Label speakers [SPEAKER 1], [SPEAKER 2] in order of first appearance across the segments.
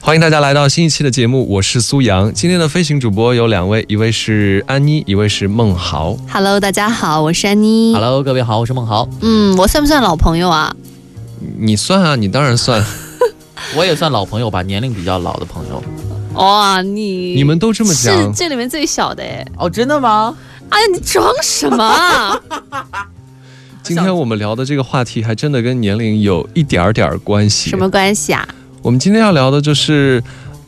[SPEAKER 1] 欢迎大家来到新一期的节目，我是苏阳。今天的飞行主播有两位，一位是安妮，一位是孟豪。
[SPEAKER 2] Hello，大家好，我是安妮。
[SPEAKER 3] Hello，各位好，我是孟豪，
[SPEAKER 2] 嗯，我算不算老朋友啊？
[SPEAKER 1] 你算啊，你当然 算。
[SPEAKER 3] 我也算老朋友吧，年龄比较老的朋友。
[SPEAKER 2] 哇、你
[SPEAKER 1] 你们都这么
[SPEAKER 2] 是
[SPEAKER 1] 讲，
[SPEAKER 2] 这里面最小的哎！
[SPEAKER 3] 哦，真的吗？
[SPEAKER 2] 哎，你装什么啊？
[SPEAKER 1] 今天我们聊的这个话题还真的跟年龄有一点儿点儿关系。
[SPEAKER 2] 什么关系啊？
[SPEAKER 1] 我们今天要聊的就是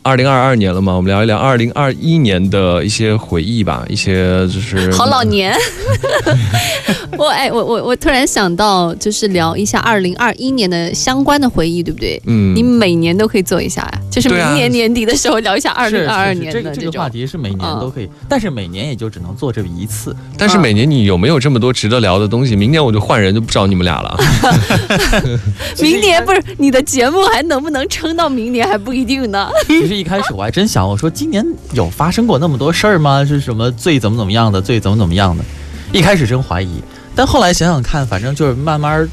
[SPEAKER 1] 二零二二年了嘛，我们聊一聊二零二一年的一些回忆吧，一些就是
[SPEAKER 2] 好老年。 我哎，我我我突然想到，就是聊一下二零二一年的相关的回忆，对不对？
[SPEAKER 1] 嗯
[SPEAKER 2] 你，每年都可以做一下呀、就是
[SPEAKER 1] 对啊
[SPEAKER 2] 明年年底的时候聊一下二
[SPEAKER 3] 啊是
[SPEAKER 2] 零二二
[SPEAKER 3] 是是
[SPEAKER 2] 年
[SPEAKER 3] 这
[SPEAKER 2] 的
[SPEAKER 3] 个
[SPEAKER 2] 这
[SPEAKER 3] 这个话
[SPEAKER 2] 种。嗯
[SPEAKER 3] 题是每年都可以，但是每年也就只能做这么 一次。
[SPEAKER 1] 但是每年你有没有这么多值得聊的东西？明年我就换人，就不找你们俩 了。
[SPEAKER 2] 明年不是你的节目还能不能撑到明年还不一定呢。
[SPEAKER 3] 其实一开始我还真想，我说今年有发生过那么多事儿吗？是什么最怎么怎么样的，最怎么怎么样的？一开始真怀疑，但后来想想看，反正就是慢慢儿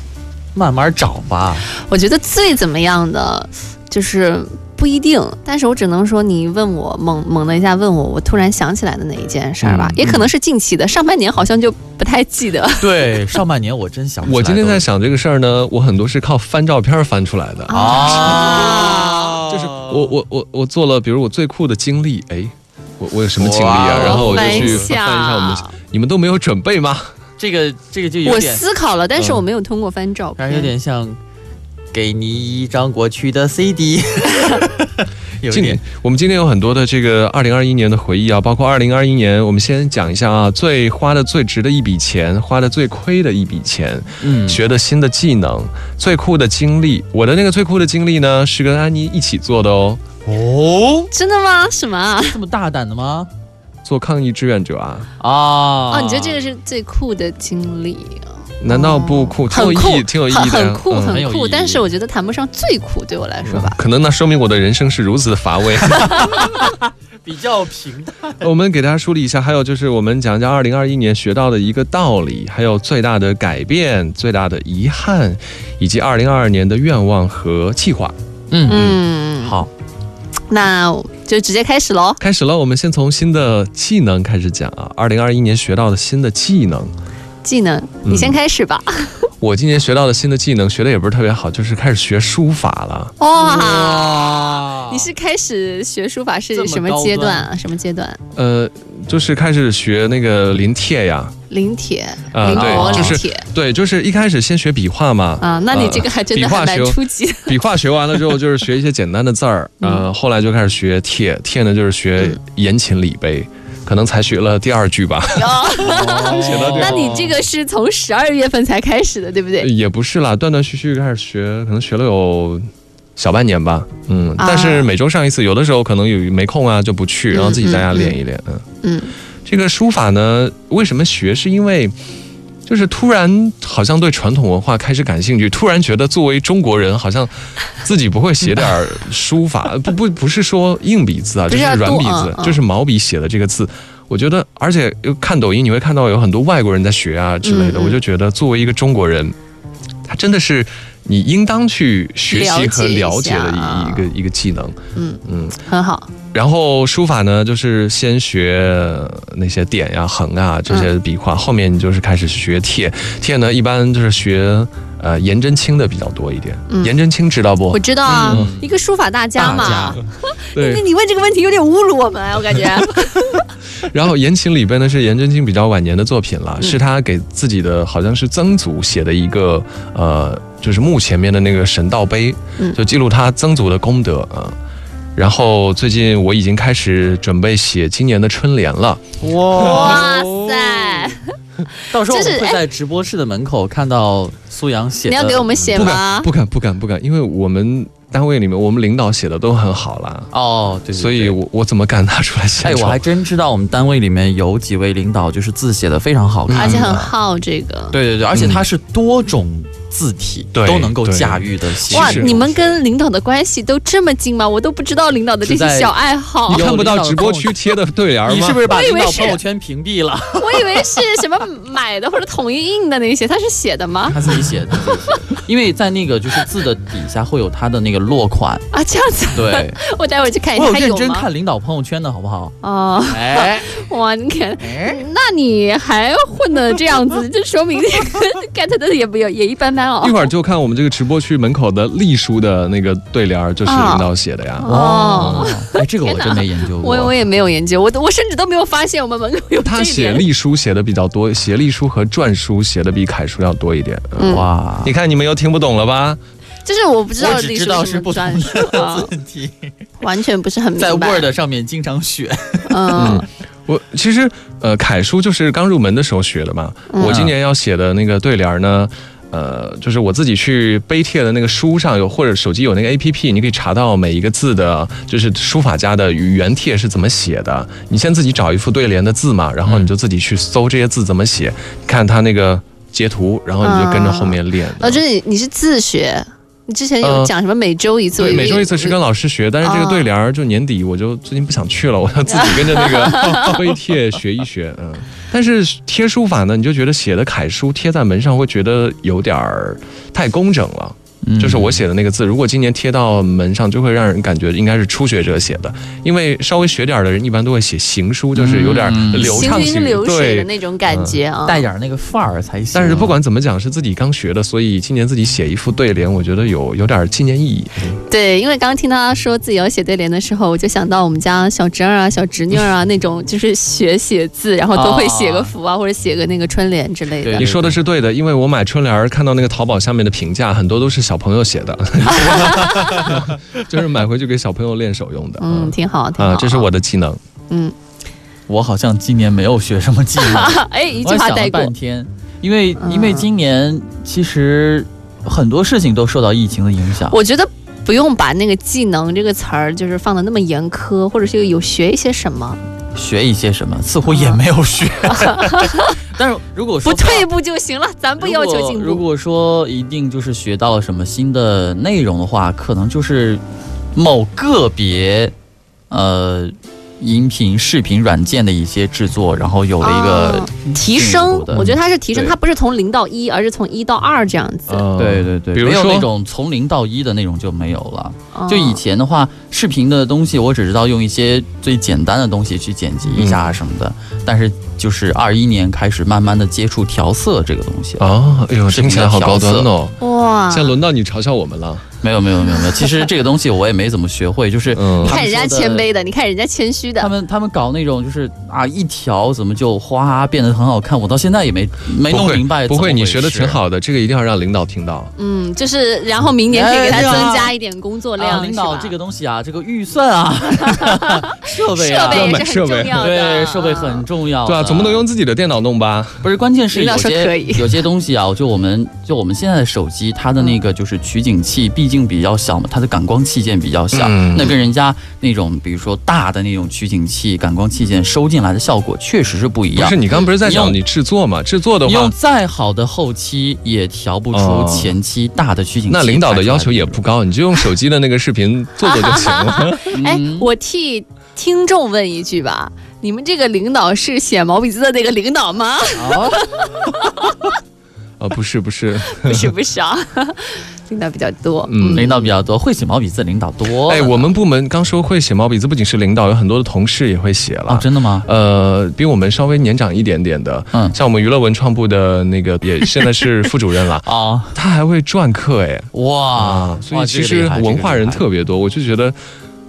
[SPEAKER 3] 慢慢儿找 吧。
[SPEAKER 2] 我觉得最怎么样的就是不一定，但是我只能说，你问我猛猛的一下问我，我突然想起来的哪一件事儿吧，
[SPEAKER 1] 嗯
[SPEAKER 2] 也可能是近期的，上半年好像就不太记得。
[SPEAKER 3] 对，上半年我真想不
[SPEAKER 1] 我
[SPEAKER 3] 起来
[SPEAKER 1] 今天
[SPEAKER 3] 都
[SPEAKER 1] 在想这个事儿呢，我很多是靠翻照片翻出来的。
[SPEAKER 3] 啊，
[SPEAKER 1] 就是我我我我做了，比如我最酷的经历，哎，我我有什么经历啊？
[SPEAKER 3] 哇哦
[SPEAKER 1] 然后我就
[SPEAKER 2] 翻
[SPEAKER 1] 去
[SPEAKER 2] 一
[SPEAKER 1] 翻一下我们
[SPEAKER 2] 下
[SPEAKER 1] 的，，你们都没有准备吗？
[SPEAKER 3] 这个这个就有
[SPEAKER 2] 我
[SPEAKER 3] 点
[SPEAKER 2] 思考了，但是
[SPEAKER 1] 嗯
[SPEAKER 2] 我没有通过翻照
[SPEAKER 3] 让人有
[SPEAKER 2] 片。
[SPEAKER 3] 点像给你一张国区的 CD，有一
[SPEAKER 1] 今
[SPEAKER 3] 点
[SPEAKER 1] 年我们今天有很多的这个二零二一年的回忆啊，包括二零二一年，我们先讲一下啊，最花的最值的一笔钱，花的最亏的一笔钱，
[SPEAKER 3] 嗯
[SPEAKER 1] 学的新的技能，最酷的经历。我的那个最酷的经历呢，是跟安妮一起做的哦，
[SPEAKER 3] 哦，
[SPEAKER 2] 真的吗？什么啊？
[SPEAKER 3] 这么大胆的吗？
[SPEAKER 1] 做抗疫志愿者啊，
[SPEAKER 3] 啊
[SPEAKER 2] 哦，你觉得这个是最酷的经历啊？
[SPEAKER 1] 难道不酷？挺有
[SPEAKER 2] 很
[SPEAKER 1] 意
[SPEAKER 2] 酷
[SPEAKER 1] 义，，挺有意义的
[SPEAKER 2] 很
[SPEAKER 1] 呀，
[SPEAKER 2] 很酷，
[SPEAKER 1] 嗯
[SPEAKER 3] 很有
[SPEAKER 2] 很酷。
[SPEAKER 3] 意义
[SPEAKER 2] 但是我觉得谈不上最酷，对我来说吧。
[SPEAKER 1] 可能那说明我的人生是如此的乏 味。
[SPEAKER 3] 比较平淡？
[SPEAKER 1] 我们给大家梳理一下，还有就是我们讲一下二零二一年学到的一个道理，还有最大的改变、最大的遗憾，以及二零二二年的愿望和计划。
[SPEAKER 3] 嗯
[SPEAKER 2] 嗯，
[SPEAKER 3] 好，
[SPEAKER 2] 那我就直接开始喽。
[SPEAKER 1] 开始了，我们先从新的技能开始讲啊。二零二一年学到的新的技能，
[SPEAKER 2] 技能，
[SPEAKER 1] 嗯
[SPEAKER 2] 你先开始吧。
[SPEAKER 1] 我今年学到的新的技能学的也不是特别好，就是开始学书法了。嗯
[SPEAKER 2] 哇，
[SPEAKER 3] 哇
[SPEAKER 2] 你是开始学书法
[SPEAKER 3] 这
[SPEAKER 2] 是
[SPEAKER 3] 么
[SPEAKER 2] 什么阶段啊？什么阶段？
[SPEAKER 1] 呃，就是开始学那个临帖呀，
[SPEAKER 2] 临帖，
[SPEAKER 1] 啊、
[SPEAKER 2] 临
[SPEAKER 1] 对，
[SPEAKER 2] 摹
[SPEAKER 1] 就
[SPEAKER 2] 临
[SPEAKER 1] 是
[SPEAKER 2] 帖
[SPEAKER 1] 对，就是一开始先学笔画嘛，呃
[SPEAKER 2] 啊，那你这个还真的
[SPEAKER 1] 笔画
[SPEAKER 2] 还蛮
[SPEAKER 1] 学
[SPEAKER 2] 初级的。
[SPEAKER 1] 笔画学完了之后，就是学一些简单的字儿，呃，后来就开始学帖，帖呢就是学言情礼碑，可能才学了第二句吧，哦写到这
[SPEAKER 2] 那你这个是从十二月份才开始的，对不对？
[SPEAKER 1] 呃也不是啦，断断续续开始学，可能学了有小半年吧，嗯，
[SPEAKER 2] 啊
[SPEAKER 1] 但是每周上一次，有的时候可能有没空啊就不去，
[SPEAKER 2] 嗯
[SPEAKER 1] 然后自己在家练一练，嗯，
[SPEAKER 2] 嗯，
[SPEAKER 1] 这个书法呢，为什么学？是因为就是突然好像对传统文化开始感兴趣，突然觉得作为中国人，好像自己不会写点 儿书法，不不不是说硬笔字啊，
[SPEAKER 2] 不
[SPEAKER 1] 就是
[SPEAKER 2] 是要
[SPEAKER 1] 软
[SPEAKER 2] 多
[SPEAKER 1] 笔字
[SPEAKER 2] 嗯，嗯
[SPEAKER 1] 就是毛笔写的这个字。我觉得，而且又看抖音，你会看到有很多外国人在学啊之类的。
[SPEAKER 2] 嗯嗯
[SPEAKER 1] 我就觉得，作为一个中国人，他真的是你应当去学习和了解的一啊
[SPEAKER 2] 了
[SPEAKER 1] 一个
[SPEAKER 2] 解
[SPEAKER 1] 一个技能。
[SPEAKER 2] 嗯
[SPEAKER 1] 嗯，
[SPEAKER 2] 很好。
[SPEAKER 1] 然后书法呢，就是先学那些点呀、横啊这些笔画，后面你就是开始学帖。帖呢，一般就是学呃颜真卿的比较多一点。
[SPEAKER 2] 嗯
[SPEAKER 1] 颜真卿知道不
[SPEAKER 2] 我？知道啊
[SPEAKER 3] 嗯，
[SPEAKER 2] 一个书法大家嘛。那
[SPEAKER 1] 对。
[SPEAKER 2] 你问这个问题有点侮辱我们啊，我 感觉。
[SPEAKER 1] 然后《言情》里边呢是颜真卿比较晚年的作品了，
[SPEAKER 2] 嗯
[SPEAKER 1] 是他给自己的好像是曾祖写的一个呃，就是墓前面的那个神道碑，
[SPEAKER 2] 嗯
[SPEAKER 1] 就记录他曾祖的功德啊。然后最近我已经开始准备写今年的春联了。哦
[SPEAKER 2] 哇塞，
[SPEAKER 3] 到时候我
[SPEAKER 2] 就是哎
[SPEAKER 3] 们会在直播室的门口看到苏阳写
[SPEAKER 2] 你
[SPEAKER 3] 的。
[SPEAKER 2] 要给我们写
[SPEAKER 1] 不
[SPEAKER 2] 吗
[SPEAKER 1] 敢，？不敢，不敢，不敢，因为我们单位里面，我们领导写的都很好啦，
[SPEAKER 3] 哦，对对对
[SPEAKER 1] 所以我我怎么敢拿出来
[SPEAKER 3] 哎，
[SPEAKER 1] 献丑？
[SPEAKER 3] 我还真知道我们单位里面有几位领导就是字写的非常好看的，嗯
[SPEAKER 2] 而且很好这个。
[SPEAKER 3] 对对对，而且他是多种字体
[SPEAKER 1] 对
[SPEAKER 3] 都能够
[SPEAKER 1] 对
[SPEAKER 3] 驾驭的形
[SPEAKER 2] 哇，
[SPEAKER 1] 其实
[SPEAKER 3] 式。
[SPEAKER 2] 你们跟领导的关系都这么近吗？我都不知道领导的这
[SPEAKER 3] 只在
[SPEAKER 2] 些小爱好
[SPEAKER 1] 你，看不
[SPEAKER 3] 有
[SPEAKER 1] 到
[SPEAKER 3] 领导
[SPEAKER 1] 直播
[SPEAKER 3] 控
[SPEAKER 1] 区贴的对联儿吗？
[SPEAKER 3] 你是不是把
[SPEAKER 2] 我以
[SPEAKER 3] 领
[SPEAKER 2] 为
[SPEAKER 3] 导
[SPEAKER 2] 是
[SPEAKER 3] 朋友圈屏蔽了？
[SPEAKER 2] 我以为是什么买的或者统一印的那些，他是写的吗？
[SPEAKER 3] 他自己写的，自己写的因为在那个就是字的底下会有他的那个落款。
[SPEAKER 2] 啊，这样子，
[SPEAKER 3] 对，
[SPEAKER 2] 我待会儿去看一
[SPEAKER 3] 我
[SPEAKER 2] 下，
[SPEAKER 3] 哎有
[SPEAKER 2] 还
[SPEAKER 3] 认
[SPEAKER 2] 有
[SPEAKER 3] 真
[SPEAKER 2] 吗？
[SPEAKER 3] 看领导朋友圈的好不好？
[SPEAKER 2] 哦，
[SPEAKER 3] 哎，
[SPEAKER 2] 哇，你看，那你还混的这样子，这说明 get 的也不也也一般
[SPEAKER 1] 一
[SPEAKER 2] 般哦。
[SPEAKER 1] 会儿就看我们这个直播区门口的隶书的那个对联儿，就是领导写的呀。
[SPEAKER 2] 哦，
[SPEAKER 3] 哎，这个我真没研究过。
[SPEAKER 2] 我我也没有研究，我都我甚至都没有发现我们门口有
[SPEAKER 1] 他
[SPEAKER 2] 这一
[SPEAKER 1] 写
[SPEAKER 2] 点。
[SPEAKER 1] 隶书写的比较多，写隶书和篆书写的比楷书要多一点。
[SPEAKER 2] 嗯
[SPEAKER 3] 哇，
[SPEAKER 1] 你看你们又听不懂了吧？
[SPEAKER 2] 就是我不知道
[SPEAKER 3] 我只
[SPEAKER 2] 隶
[SPEAKER 3] 知
[SPEAKER 2] 书
[SPEAKER 3] 道
[SPEAKER 2] 什
[SPEAKER 3] 是
[SPEAKER 2] 么
[SPEAKER 3] 不同
[SPEAKER 2] 专属啊，
[SPEAKER 3] 字体
[SPEAKER 2] 完全不是很明白。
[SPEAKER 3] 在 Word 上面经常选。
[SPEAKER 2] 嗯
[SPEAKER 1] 嗯，我其实呃，楷书就是刚入门的时候学的嘛。
[SPEAKER 2] 嗯
[SPEAKER 1] 我今年要写的那个对联儿呢。呃，就是我自己去碑帖的那个书上有，或者手机有那个 A P P，你可以查到每一个字的，就是书法家的原帖是怎么写的。你先自己找一副对联的字嘛，然后
[SPEAKER 2] 嗯
[SPEAKER 1] 你就自己去搜这些字怎么写，看他那个截图，然后你就跟着后面练。 嗯
[SPEAKER 2] 哦，就是你你是自学，你之前有
[SPEAKER 3] 嗯
[SPEAKER 1] 呃
[SPEAKER 2] 讲什么每周一次？
[SPEAKER 1] 对，每周一次是跟老师学，但是这个
[SPEAKER 2] 啊
[SPEAKER 1] 对联儿就年底我就最近不想去了，我要自己跟着那 个碑帖学一学，嗯。但是贴书法呢，你就觉得写的楷书贴在门上会觉得有点儿太工整了，
[SPEAKER 3] 嗯
[SPEAKER 1] 就是我写的那个字，如果今年贴到门上，就会让人感觉应该是初学者写的，因为稍微学点儿的人一般都会写行书，就是有点儿
[SPEAKER 3] 嗯
[SPEAKER 1] 流
[SPEAKER 2] 行
[SPEAKER 1] 畅
[SPEAKER 2] 云
[SPEAKER 1] 性，
[SPEAKER 2] 流水
[SPEAKER 1] 对。
[SPEAKER 2] 的那种感觉啊。
[SPEAKER 3] 带点儿那个范儿才行。
[SPEAKER 1] 但是不管怎么讲，是自己刚学的，所以今年自己写一副对联，我觉得有有点儿纪念意义。
[SPEAKER 2] 对，因为刚刚听他说自己要写对联的时候，我就想到我们家小侄儿啊、小侄女儿啊那种，就是学写字，然后都会写个符啊，或者写个那个春联之类的。
[SPEAKER 1] 你说的是对的，因为我买春联儿看到那个淘宝下面的评价，很多都是小朋友写的， 就是买回去给小朋友练手用的。
[SPEAKER 2] 嗯，挺好，挺好。
[SPEAKER 1] 啊，这是我的技能。
[SPEAKER 2] 嗯，
[SPEAKER 3] 我好像今年没有学什么技能。
[SPEAKER 2] 哎，一
[SPEAKER 3] 我
[SPEAKER 2] 句
[SPEAKER 3] 也
[SPEAKER 2] 话
[SPEAKER 3] 想
[SPEAKER 2] 带
[SPEAKER 3] 了
[SPEAKER 2] 过
[SPEAKER 3] 半，天，因为
[SPEAKER 2] 嗯
[SPEAKER 3] 因为今年其实很多事情都受到疫情的影响。
[SPEAKER 2] 我觉得。不用把那个技能这个词儿就是放的那么严苛，或者是有学一些什么，
[SPEAKER 3] 学一些什么，似乎也没有学。但是如果说
[SPEAKER 2] 不退步就行了，咱不要求进步。
[SPEAKER 3] 如果如果说一定就是学到了什么新的内容的话，可能就是某个别呃音频、视频软件的一些制作，然后有了一个
[SPEAKER 2] 哦提
[SPEAKER 3] 进一
[SPEAKER 2] 升
[SPEAKER 3] 步的，
[SPEAKER 2] 我觉得它是提升，
[SPEAKER 3] 对
[SPEAKER 2] 它不是从零到一，而是从一到二这样子。
[SPEAKER 1] 嗯
[SPEAKER 3] 对，对对，
[SPEAKER 1] 比如
[SPEAKER 3] 没有
[SPEAKER 1] 说
[SPEAKER 3] 那种从零到一的那种就没有了。
[SPEAKER 2] 哦
[SPEAKER 3] 就
[SPEAKER 1] 嗯
[SPEAKER 3] 以前的话，视频的东西我只知道用一些最简单的东西去剪辑一下
[SPEAKER 1] 嗯
[SPEAKER 3] 啊什么的，但是就是二一年开始慢慢的接触调色这个东西了。
[SPEAKER 1] 哦，哎呦，
[SPEAKER 3] 视
[SPEAKER 1] 听
[SPEAKER 3] 频
[SPEAKER 1] 起来好高端
[SPEAKER 3] 的
[SPEAKER 1] 哦。
[SPEAKER 2] 哇，
[SPEAKER 1] 现在轮到你嘲笑我们了。
[SPEAKER 3] 没有没有没有没有，其实这个东西我也没怎么学会，就是
[SPEAKER 1] 嗯
[SPEAKER 2] 你
[SPEAKER 3] 他
[SPEAKER 2] 看人
[SPEAKER 3] 们
[SPEAKER 2] 家
[SPEAKER 3] 说的
[SPEAKER 2] 谦卑的，你看人家谦虚
[SPEAKER 3] 他
[SPEAKER 2] 的，
[SPEAKER 3] 们他们搞那种就是啊一条怎么就哗变得很好看，我到现在也没没弄明白
[SPEAKER 1] 不会，
[SPEAKER 3] 怎么
[SPEAKER 1] 你
[SPEAKER 3] 回
[SPEAKER 1] 学的
[SPEAKER 3] 事
[SPEAKER 1] 挺。好的，这个一定要让领导听到。
[SPEAKER 2] 嗯，就是然后明年可以给他
[SPEAKER 3] 哎对啊
[SPEAKER 2] 增加一点工作量，
[SPEAKER 3] 啊，领导，
[SPEAKER 2] 是吧
[SPEAKER 3] 这个东西啊，这个预算啊， 设备
[SPEAKER 2] 设
[SPEAKER 3] 啊，
[SPEAKER 2] 备也是
[SPEAKER 1] 设
[SPEAKER 2] 很
[SPEAKER 1] 备
[SPEAKER 2] 重要的，
[SPEAKER 3] 对，设备很重要的。
[SPEAKER 1] 对啊，总不能用自己的电脑弄吧？
[SPEAKER 3] 不是，关键是
[SPEAKER 2] 领导
[SPEAKER 3] 有
[SPEAKER 2] 说可
[SPEAKER 3] 些
[SPEAKER 2] 以
[SPEAKER 3] 有些东西啊，就我们就我们现在的手机，它的那个就是取景器，毕竟比较小嘛，它的感光器件比较小，
[SPEAKER 1] 嗯
[SPEAKER 3] 那跟人家那种比如说大的那种取景器、感光器件收进来的效果确实是不一
[SPEAKER 1] 不
[SPEAKER 3] 样
[SPEAKER 1] 是，。你刚不是在讲
[SPEAKER 3] 用
[SPEAKER 1] 你制作嘛？制作的
[SPEAKER 3] 你
[SPEAKER 1] 话
[SPEAKER 3] 用，再好的后期也调不出
[SPEAKER 1] 哦
[SPEAKER 3] 前期大的取景器。
[SPEAKER 1] 那领导的要求也不 高，你就用手机的那个视频做做就行了。
[SPEAKER 2] 哎，
[SPEAKER 3] 嗯
[SPEAKER 2] 我替听众问一句吧，你们这个领导是写毛笔字的那个领导 吗？
[SPEAKER 3] 哦，
[SPEAKER 1] 啊，不是不是，
[SPEAKER 2] 不是不是 啊，领导比较多，
[SPEAKER 1] 嗯
[SPEAKER 3] 领导比较多，会写毛笔字领导多。
[SPEAKER 1] 哎，我们部门刚说会写毛笔字，不仅是领导，有很多的同事也会写了。
[SPEAKER 3] 哦，真的吗？
[SPEAKER 1] 呃，比我们稍微年长一点点的，
[SPEAKER 3] 嗯
[SPEAKER 1] 像我们娱乐文创部的那个也现在是副主任 了，
[SPEAKER 3] 哦，
[SPEAKER 1] 他还会篆刻哎
[SPEAKER 3] 啊哇，
[SPEAKER 1] 啊所
[SPEAKER 3] 哇
[SPEAKER 1] 以其
[SPEAKER 3] 这个
[SPEAKER 1] 实
[SPEAKER 3] 厉害
[SPEAKER 1] 文化人
[SPEAKER 3] 这个厉害
[SPEAKER 1] 特别多，我就觉得。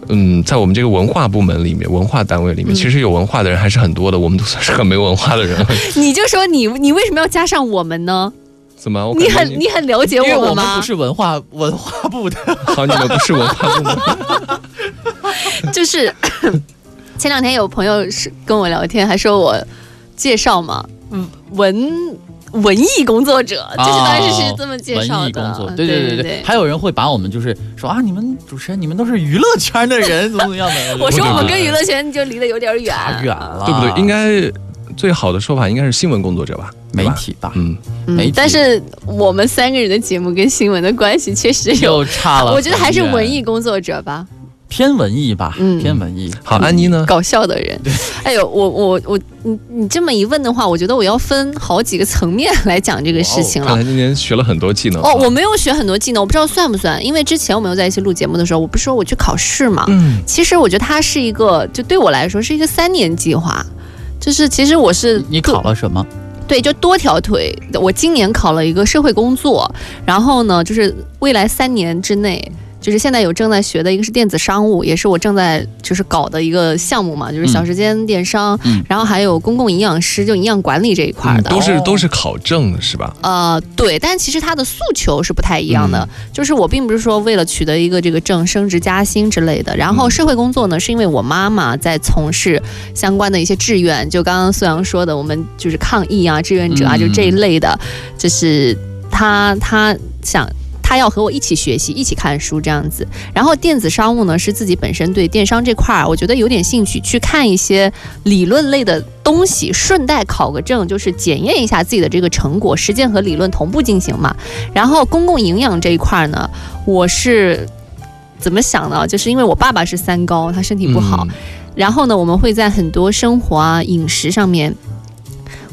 [SPEAKER 1] 嗯，在我们这个文化部门里面，文化单位里面，
[SPEAKER 2] 嗯
[SPEAKER 1] 其实有文化的人还是很多的。我们都算是很没文化的 人了，
[SPEAKER 2] 你就说你你为什么要加上我们呢？
[SPEAKER 1] 怎么？啊我
[SPEAKER 2] 你
[SPEAKER 1] 感觉
[SPEAKER 2] 很你很了解
[SPEAKER 3] 因为
[SPEAKER 2] 们
[SPEAKER 3] 我
[SPEAKER 2] 吗？
[SPEAKER 3] 们不是文化 文化部的，
[SPEAKER 1] 好， 你们不是文化部门，
[SPEAKER 2] 就是 前两天有朋友是跟我聊天，还说我介绍嘛，嗯，文文艺工作者，就是当时是 这么介
[SPEAKER 3] 啊哦文
[SPEAKER 2] 绍
[SPEAKER 3] 艺
[SPEAKER 2] 的，
[SPEAKER 3] 工作，
[SPEAKER 2] 嗯
[SPEAKER 3] 对
[SPEAKER 2] 对
[SPEAKER 3] 对
[SPEAKER 2] 对。
[SPEAKER 3] 还有人会把我们就是说啊，你们主持人，你们都是娱乐圈的人，怎么怎么样的
[SPEAKER 2] 。我说我们
[SPEAKER 1] 对
[SPEAKER 2] 跟娱乐圈就离得有点远，
[SPEAKER 3] 差远了，
[SPEAKER 1] 对不对？应该最好的说法应该是新闻工作者吧？对
[SPEAKER 3] 媒
[SPEAKER 1] 吧，
[SPEAKER 3] 体吧，
[SPEAKER 1] 嗯，
[SPEAKER 3] 媒体
[SPEAKER 2] 但是我们三个人的节目跟新闻的关系确实有，
[SPEAKER 3] 又差了。
[SPEAKER 2] 我觉得还是文艺工作者吧，
[SPEAKER 3] 偏文艺吧，
[SPEAKER 2] 嗯
[SPEAKER 3] 偏文艺。
[SPEAKER 1] 好，安妮呢？
[SPEAKER 2] 搞笑的人。哎呦，我我我，你你这么一问的话，我觉得我要分好几个层面来讲这个事情
[SPEAKER 1] 看
[SPEAKER 2] 了。
[SPEAKER 1] 来今年学了很多技
[SPEAKER 3] 嗯
[SPEAKER 1] 能
[SPEAKER 2] 哦，我没有学很多技能，我不知道算不算，因为之前我们又在一起录节目的时候，我不是说我去考试嘛，
[SPEAKER 1] 嗯，
[SPEAKER 2] 其实我觉得它是一个，就对我来说是一个三年计划，就是其实我是
[SPEAKER 3] 你你考了什么？
[SPEAKER 2] 对，就多条腿。我今年考了一个社会工作，然后呢，就是未来三年之内，就是现在有正在学的一个是电子商务，也是我正在就是搞的一个项目嘛，就是小时间电商，
[SPEAKER 3] 嗯
[SPEAKER 2] 然后还有公共营养师，就营养管理这一块儿的。
[SPEAKER 1] 嗯
[SPEAKER 2] 哦
[SPEAKER 1] 都是都是考证是吧？
[SPEAKER 2] 呃，对，但其实他的诉求是不太一样的。就是我并不是说为了取得一个这个证升职加薪之类的。然后
[SPEAKER 1] 嗯
[SPEAKER 2] 社会工作呢，是因为我妈妈在从事相关的一些志愿，就刚刚苏阳说的，我们就是抗疫啊、志愿者啊，
[SPEAKER 3] 嗯
[SPEAKER 2] 就这一类的，就是她她想。她要和我一起学习，一起看书这样子。然后电子商务呢，是自己本身对电商这块儿，我觉得有点兴趣，去看一些理论类的东西，顺带考个证，就是检验一下自己的这个成果，实践和理论同步进行嘛。然后公共营养这一块呢，我是怎么想的啊？就是因为我爸爸是三高，他身体不好，
[SPEAKER 1] 嗯
[SPEAKER 2] 然后呢，我们会在很多生活啊、饮食上面。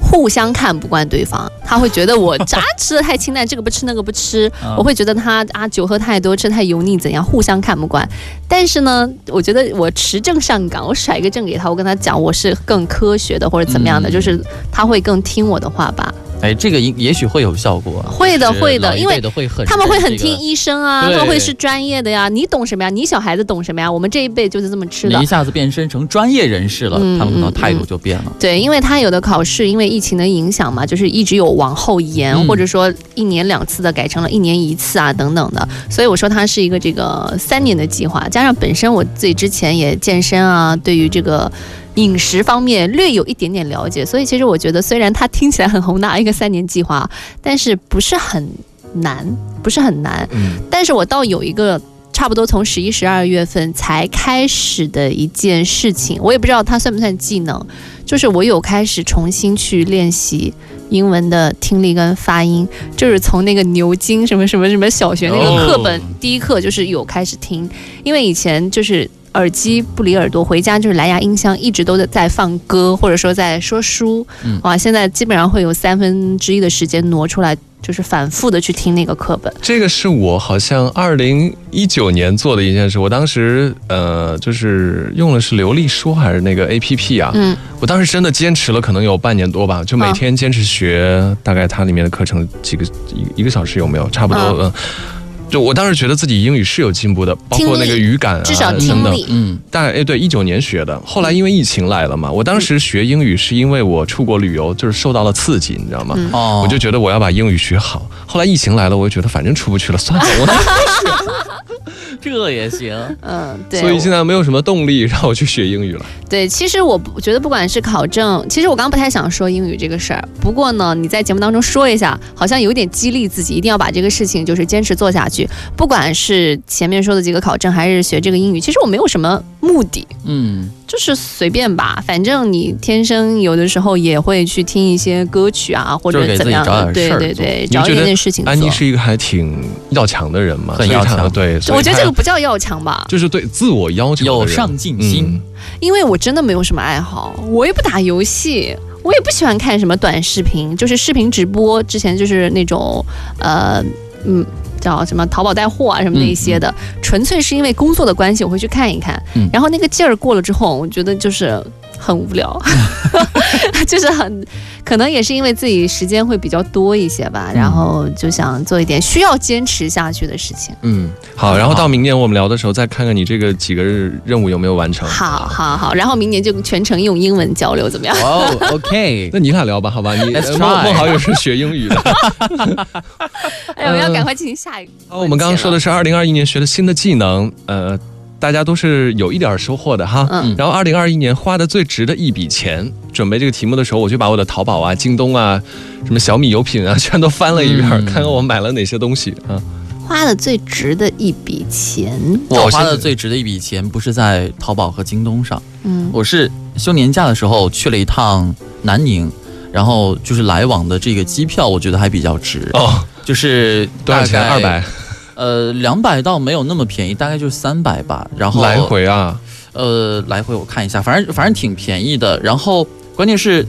[SPEAKER 2] 互相看不惯对方，他会觉得我啊吃的太清淡，这个不吃那个不吃，
[SPEAKER 3] 嗯
[SPEAKER 2] 我会觉得他啊酒喝太多，吃太油腻怎样，互相看不惯。但是呢，我觉得我持证上岗，我甩一个证给他，我跟他讲我是更科学的或者怎么样的，
[SPEAKER 3] 嗯
[SPEAKER 2] 就是他会更听我的话吧。
[SPEAKER 3] 哎，这个也也许会有效果。
[SPEAKER 2] 会的
[SPEAKER 3] 就是
[SPEAKER 2] 会的
[SPEAKER 3] 老一
[SPEAKER 2] 因为
[SPEAKER 3] 辈的会很
[SPEAKER 2] 他们会很
[SPEAKER 3] 这个
[SPEAKER 2] 听医生啊，
[SPEAKER 3] 对
[SPEAKER 2] 他们会是专业的呀。你懂什么呀？你小孩子懂什么呀？我们这一辈就是这么吃的
[SPEAKER 3] 你一。下子变身成专业人士了，
[SPEAKER 2] 嗯
[SPEAKER 3] 他们可能态
[SPEAKER 2] 嗯
[SPEAKER 3] 度
[SPEAKER 2] 嗯
[SPEAKER 3] 就变了。
[SPEAKER 2] 对，因为他有的考试因为疫情的影响嘛，就是一直有往后延，
[SPEAKER 3] 嗯
[SPEAKER 2] 或者说一年两次的改成了一年一次啊等等的。所以我说它是一个这个三年的计划，加上本身我自己之前也健身啊，对于这个。饮食方面略有一点点了解，所以其实我觉得，虽然它听起来很宏大，一个三年计划，但是不是很难，不是很难。
[SPEAKER 1] 嗯，
[SPEAKER 2] 但是我倒有一个差不多从十一、十二月份才开始的一件事情，我也不知道它算不算技能，就是我有开始重新去练习英文的听力跟发音，就是从那个牛津什么什么什么小学那个课本、
[SPEAKER 3] 哦
[SPEAKER 2] 第一课就是有开始听，因为以前就是。耳机不离耳朵，回家就是蓝牙音箱，一直都在在放歌，或者说在说书，
[SPEAKER 3] 嗯
[SPEAKER 2] 哇！现在基本上会有三分之一的时间挪出来，就是反复的去听那个课本。
[SPEAKER 1] 这个是我好像二零一九年做的一件事，我当时呃就是用的是流利说还是那个 A P P 啊，
[SPEAKER 2] 嗯，
[SPEAKER 1] 我当时真的坚持了可能有半年多吧，就每
[SPEAKER 2] 嗯
[SPEAKER 1] 天坚持学大概它里面的课程几个一一个小时有没有？差不多，
[SPEAKER 2] 嗯
[SPEAKER 1] 嗯。就我当时觉得自己英语是有进步的，包括那
[SPEAKER 2] 听
[SPEAKER 1] 个
[SPEAKER 2] 力
[SPEAKER 1] 语感啊，
[SPEAKER 2] 至少
[SPEAKER 1] 等
[SPEAKER 2] 听
[SPEAKER 1] 等
[SPEAKER 2] 力。
[SPEAKER 3] 嗯，
[SPEAKER 1] 大概哎，对，一九年学的，后来因为疫情来了嘛，我
[SPEAKER 2] 嗯
[SPEAKER 1] 当时学英语是因为我出国旅游，就是受到了刺激，你知道吗？
[SPEAKER 2] 嗯
[SPEAKER 3] 哦
[SPEAKER 1] 我就觉得我要把英语学好。后来疫情来了，我就觉得反正出不去了， 算了。我
[SPEAKER 3] 这也行。
[SPEAKER 2] 嗯，对，
[SPEAKER 1] 所以现在没有什么动力让我去学英语了。
[SPEAKER 2] 对，其实我不觉得，不管是考证，其实我刚刚不太想说英语这个事儿，不过呢，你在节目当中说一下，好像有点激励自己，一定要把这个事情就是坚持做下去。不管是前面说的几个考证，还是学这个英语，其实我没有什么目的，
[SPEAKER 3] 嗯，
[SPEAKER 2] 就是随便吧，反正你天生有的时候也会去听一些歌曲啊，或
[SPEAKER 3] 就是
[SPEAKER 2] 者
[SPEAKER 3] 给
[SPEAKER 2] 怎么
[SPEAKER 3] 自己
[SPEAKER 2] 样
[SPEAKER 3] 找
[SPEAKER 2] 的，
[SPEAKER 3] 点
[SPEAKER 2] 对
[SPEAKER 3] 事儿
[SPEAKER 2] 对
[SPEAKER 3] 做
[SPEAKER 2] 对，
[SPEAKER 1] 你
[SPEAKER 2] 找
[SPEAKER 1] 觉
[SPEAKER 2] 一
[SPEAKER 1] 得
[SPEAKER 2] 点点事
[SPEAKER 3] 哎
[SPEAKER 2] 情做。
[SPEAKER 1] 安妮是一个还挺要强的人嘛，所
[SPEAKER 3] 很
[SPEAKER 1] 以
[SPEAKER 3] 要
[SPEAKER 1] 她
[SPEAKER 3] 强
[SPEAKER 1] 对，所以
[SPEAKER 2] 我觉得
[SPEAKER 1] 她
[SPEAKER 2] 这个不叫要强吧，
[SPEAKER 1] 就是对自我要求的
[SPEAKER 3] 有
[SPEAKER 1] 人
[SPEAKER 3] 上进心。
[SPEAKER 2] 因为我真的没有什么爱好，我也不打游戏，我也不喜欢看什么短视频，就是视频直播。之前就是那种，呃，嗯，叫什么淘宝带货啊什么那一些的，纯粹是因为工作的关系，我会去看一看。
[SPEAKER 3] 嗯
[SPEAKER 2] 然后那个劲儿过了之后，我觉得就是很无聊， 就是很可能也是因为自己时间会比较多一些吧，然后就想做一点需要坚持下去的事情。
[SPEAKER 1] 嗯，好，然后到明年我们聊的时候再看看你这个几个任务有没有完成。
[SPEAKER 2] 好好好，然后明年就全程用英文交流，怎么样？
[SPEAKER 3] 哦，OK，
[SPEAKER 1] 那你俩聊吧，好吧？你
[SPEAKER 3] Let's
[SPEAKER 1] 呃
[SPEAKER 3] try
[SPEAKER 1] 孟孟豪也是学英语 的。
[SPEAKER 2] 哎呦，我要赶快进行下一个。
[SPEAKER 1] 啊，我们刚刚说的是二零二一年学的新的技能，呃，大家都是有一点儿收获的哈。
[SPEAKER 2] 嗯
[SPEAKER 1] 然后二零二一年花的最值的一笔钱，准备这个题目的时候，我就把我的淘宝啊、京东啊、什么小米油品啊， 全都翻了一遍，
[SPEAKER 3] 嗯
[SPEAKER 1] 看看我买了哪些东西啊。
[SPEAKER 2] 花的最值的一笔钱，
[SPEAKER 3] 我
[SPEAKER 1] 我
[SPEAKER 3] 花
[SPEAKER 1] 现在
[SPEAKER 3] 的最值的一笔钱不是在淘宝和京东上，
[SPEAKER 2] 嗯
[SPEAKER 3] 我是休年假的时候去了一趟南宁，然后就是来往的这个机票，我觉得还比较值，
[SPEAKER 1] 哦，
[SPEAKER 3] 就是
[SPEAKER 1] 多少钱？
[SPEAKER 3] 大概
[SPEAKER 1] 二百，
[SPEAKER 3] 呃，两百倒没有那么便宜，大概就是三百吧。然后
[SPEAKER 1] 来回啊，
[SPEAKER 3] 呃，来回我看一下，反正反正挺便宜的。然后关键是，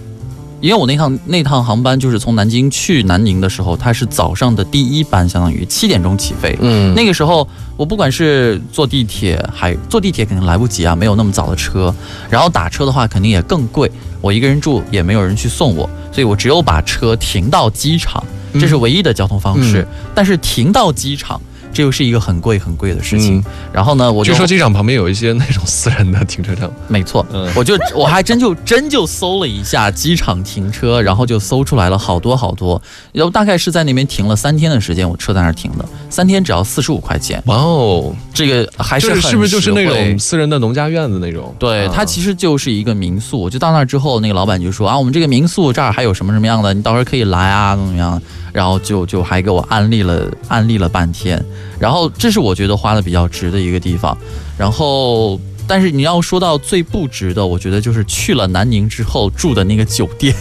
[SPEAKER 3] 因为我那趟那趟航班就是从南京去南宁的时候，它是早上的第一班，相当于七点钟起飞。
[SPEAKER 1] 嗯，
[SPEAKER 3] 那个时候，我不管是坐地铁，还坐地铁肯定来不及啊，没有那么早的车。然后打车的话，肯定也更贵。我一个人住，也没有人去送我，所以我只有把车停到机场，
[SPEAKER 1] 嗯
[SPEAKER 3] 这是唯一的交通方式。但是停到机场，这又是一个很贵很贵的事情。
[SPEAKER 1] 嗯
[SPEAKER 3] 然后呢，我就
[SPEAKER 1] 据说机场旁边有一些那种私人的停车场，
[SPEAKER 3] 没错，
[SPEAKER 1] 嗯
[SPEAKER 3] 我就我还真就真就搜了一下机场停车，然后就搜出来了好多好多，然后大概是在那边停了三天的时间，我车在那儿停的，三天只要四十五块钱，
[SPEAKER 1] 哇哦，
[SPEAKER 3] 这个还是
[SPEAKER 1] 就
[SPEAKER 3] 很
[SPEAKER 1] 是是不是就是那
[SPEAKER 3] 实惠
[SPEAKER 1] 种私人的农家院子那种？
[SPEAKER 3] 对，
[SPEAKER 1] 啊
[SPEAKER 3] 它其实就是一个民宿。就到那儿之后，那个老板就说啊，我们这个民宿这儿还有什么什么样的，你到时候可以来啊，怎么怎么样。然后就就还给我安利了安利了半天。然后这是我觉得花的比较值的一个地方。然后，但是你要说到最不值的，我觉得就是去了南宁之后住的那个酒店，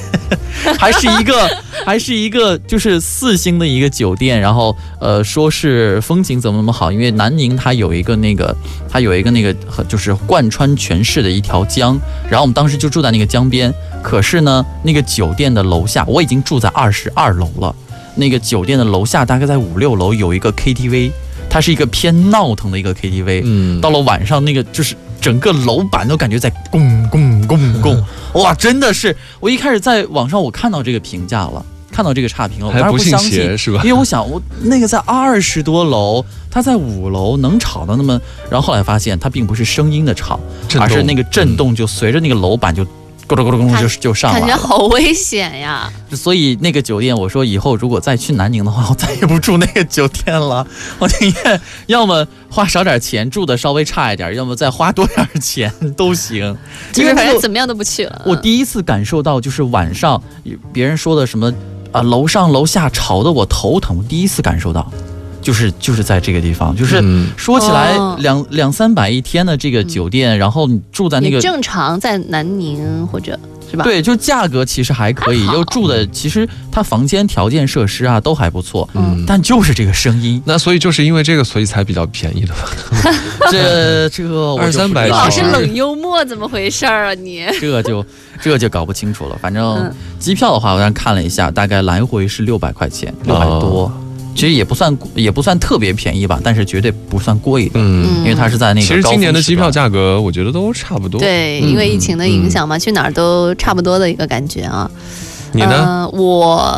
[SPEAKER 3] 还是一个 还是一个就是四星的一个酒店。然后呃，说是风景怎么怎么好，因为南宁它有一个那个它有一个那个很就是贯穿全市的一条江，然后我们当时就住在那个江边。可是呢，那个酒店的楼下，我已经住在二十二楼了，那个酒店的楼下大概在五六楼有一个 KTV，它是一个偏闹腾的一个 KTV。
[SPEAKER 1] 嗯，
[SPEAKER 3] 到了晚上，那个就是整个楼板都感觉在拱拱拱
[SPEAKER 1] 嗯
[SPEAKER 3] 拱，哇，真的是！我一开始在网上我看到这个评价了，看到这个差评了，我当
[SPEAKER 1] 还
[SPEAKER 3] 然
[SPEAKER 1] 不信
[SPEAKER 3] 相信，
[SPEAKER 1] 邪是吧？
[SPEAKER 3] 因为我想，我那个在二十多楼，它在五楼，能吵到那么？然后后来发现，它并不是声音的吵，
[SPEAKER 1] 震
[SPEAKER 3] 而是
[SPEAKER 1] 动嗯
[SPEAKER 3] 那个震动就随着那个楼板就咕噜咕噜咕噜
[SPEAKER 2] 看
[SPEAKER 3] 就就上
[SPEAKER 2] 感
[SPEAKER 3] 来
[SPEAKER 2] 觉
[SPEAKER 3] 了。
[SPEAKER 2] 好危险呀！
[SPEAKER 3] 所以那个酒店，我说以后如果再去南宁的话，我再也不住那个酒店了。我宁愿要么花少点钱住的稍微差一点，要么再花多点钱都行。
[SPEAKER 2] 就
[SPEAKER 3] 因
[SPEAKER 2] 是
[SPEAKER 3] 为
[SPEAKER 2] 反正
[SPEAKER 3] 我
[SPEAKER 2] 怎么样都不去了。
[SPEAKER 3] 我第一次感受到，就是晚上别人说的什么啊，楼上楼下吵得我头疼。第一次感受到，就是就是在这个地方，就是
[SPEAKER 1] 嗯
[SPEAKER 3] 说起来
[SPEAKER 2] 哦嗯
[SPEAKER 3] 两、两三百一天的这个酒店，然后你住在那
[SPEAKER 2] 也
[SPEAKER 3] 个
[SPEAKER 2] 正常在南宁或者是吧？，
[SPEAKER 3] 对，就价格其实还可以，
[SPEAKER 2] 还好
[SPEAKER 3] 又住的其实它房间条件设施啊都还不错，
[SPEAKER 1] 嗯，
[SPEAKER 3] 但就是这个声音，
[SPEAKER 1] 那所以就是因为这个，所以才比较便宜的吧？
[SPEAKER 3] 这这个我就
[SPEAKER 1] 二三百
[SPEAKER 3] 不知道
[SPEAKER 2] 老
[SPEAKER 3] 了
[SPEAKER 2] 是冷幽默，怎么回事儿啊你？
[SPEAKER 3] 这就这就搞不清楚了。反正
[SPEAKER 2] 嗯
[SPEAKER 3] 机票的话，我刚才看了一下，大概来回是六百块钱，六百
[SPEAKER 1] 哦
[SPEAKER 3] 多，其实也不算也不算特别便宜吧，但是绝对不算贵的，
[SPEAKER 1] 嗯，
[SPEAKER 2] 嗯
[SPEAKER 3] 因为它是在那个。
[SPEAKER 1] 其实今年的机票，价格我觉得都差不多。
[SPEAKER 2] 对，
[SPEAKER 1] 嗯
[SPEAKER 2] 因为疫情的影响嘛，去哪儿都差不多的一个感觉啊。
[SPEAKER 1] 嗯你呢？
[SPEAKER 2] 呃我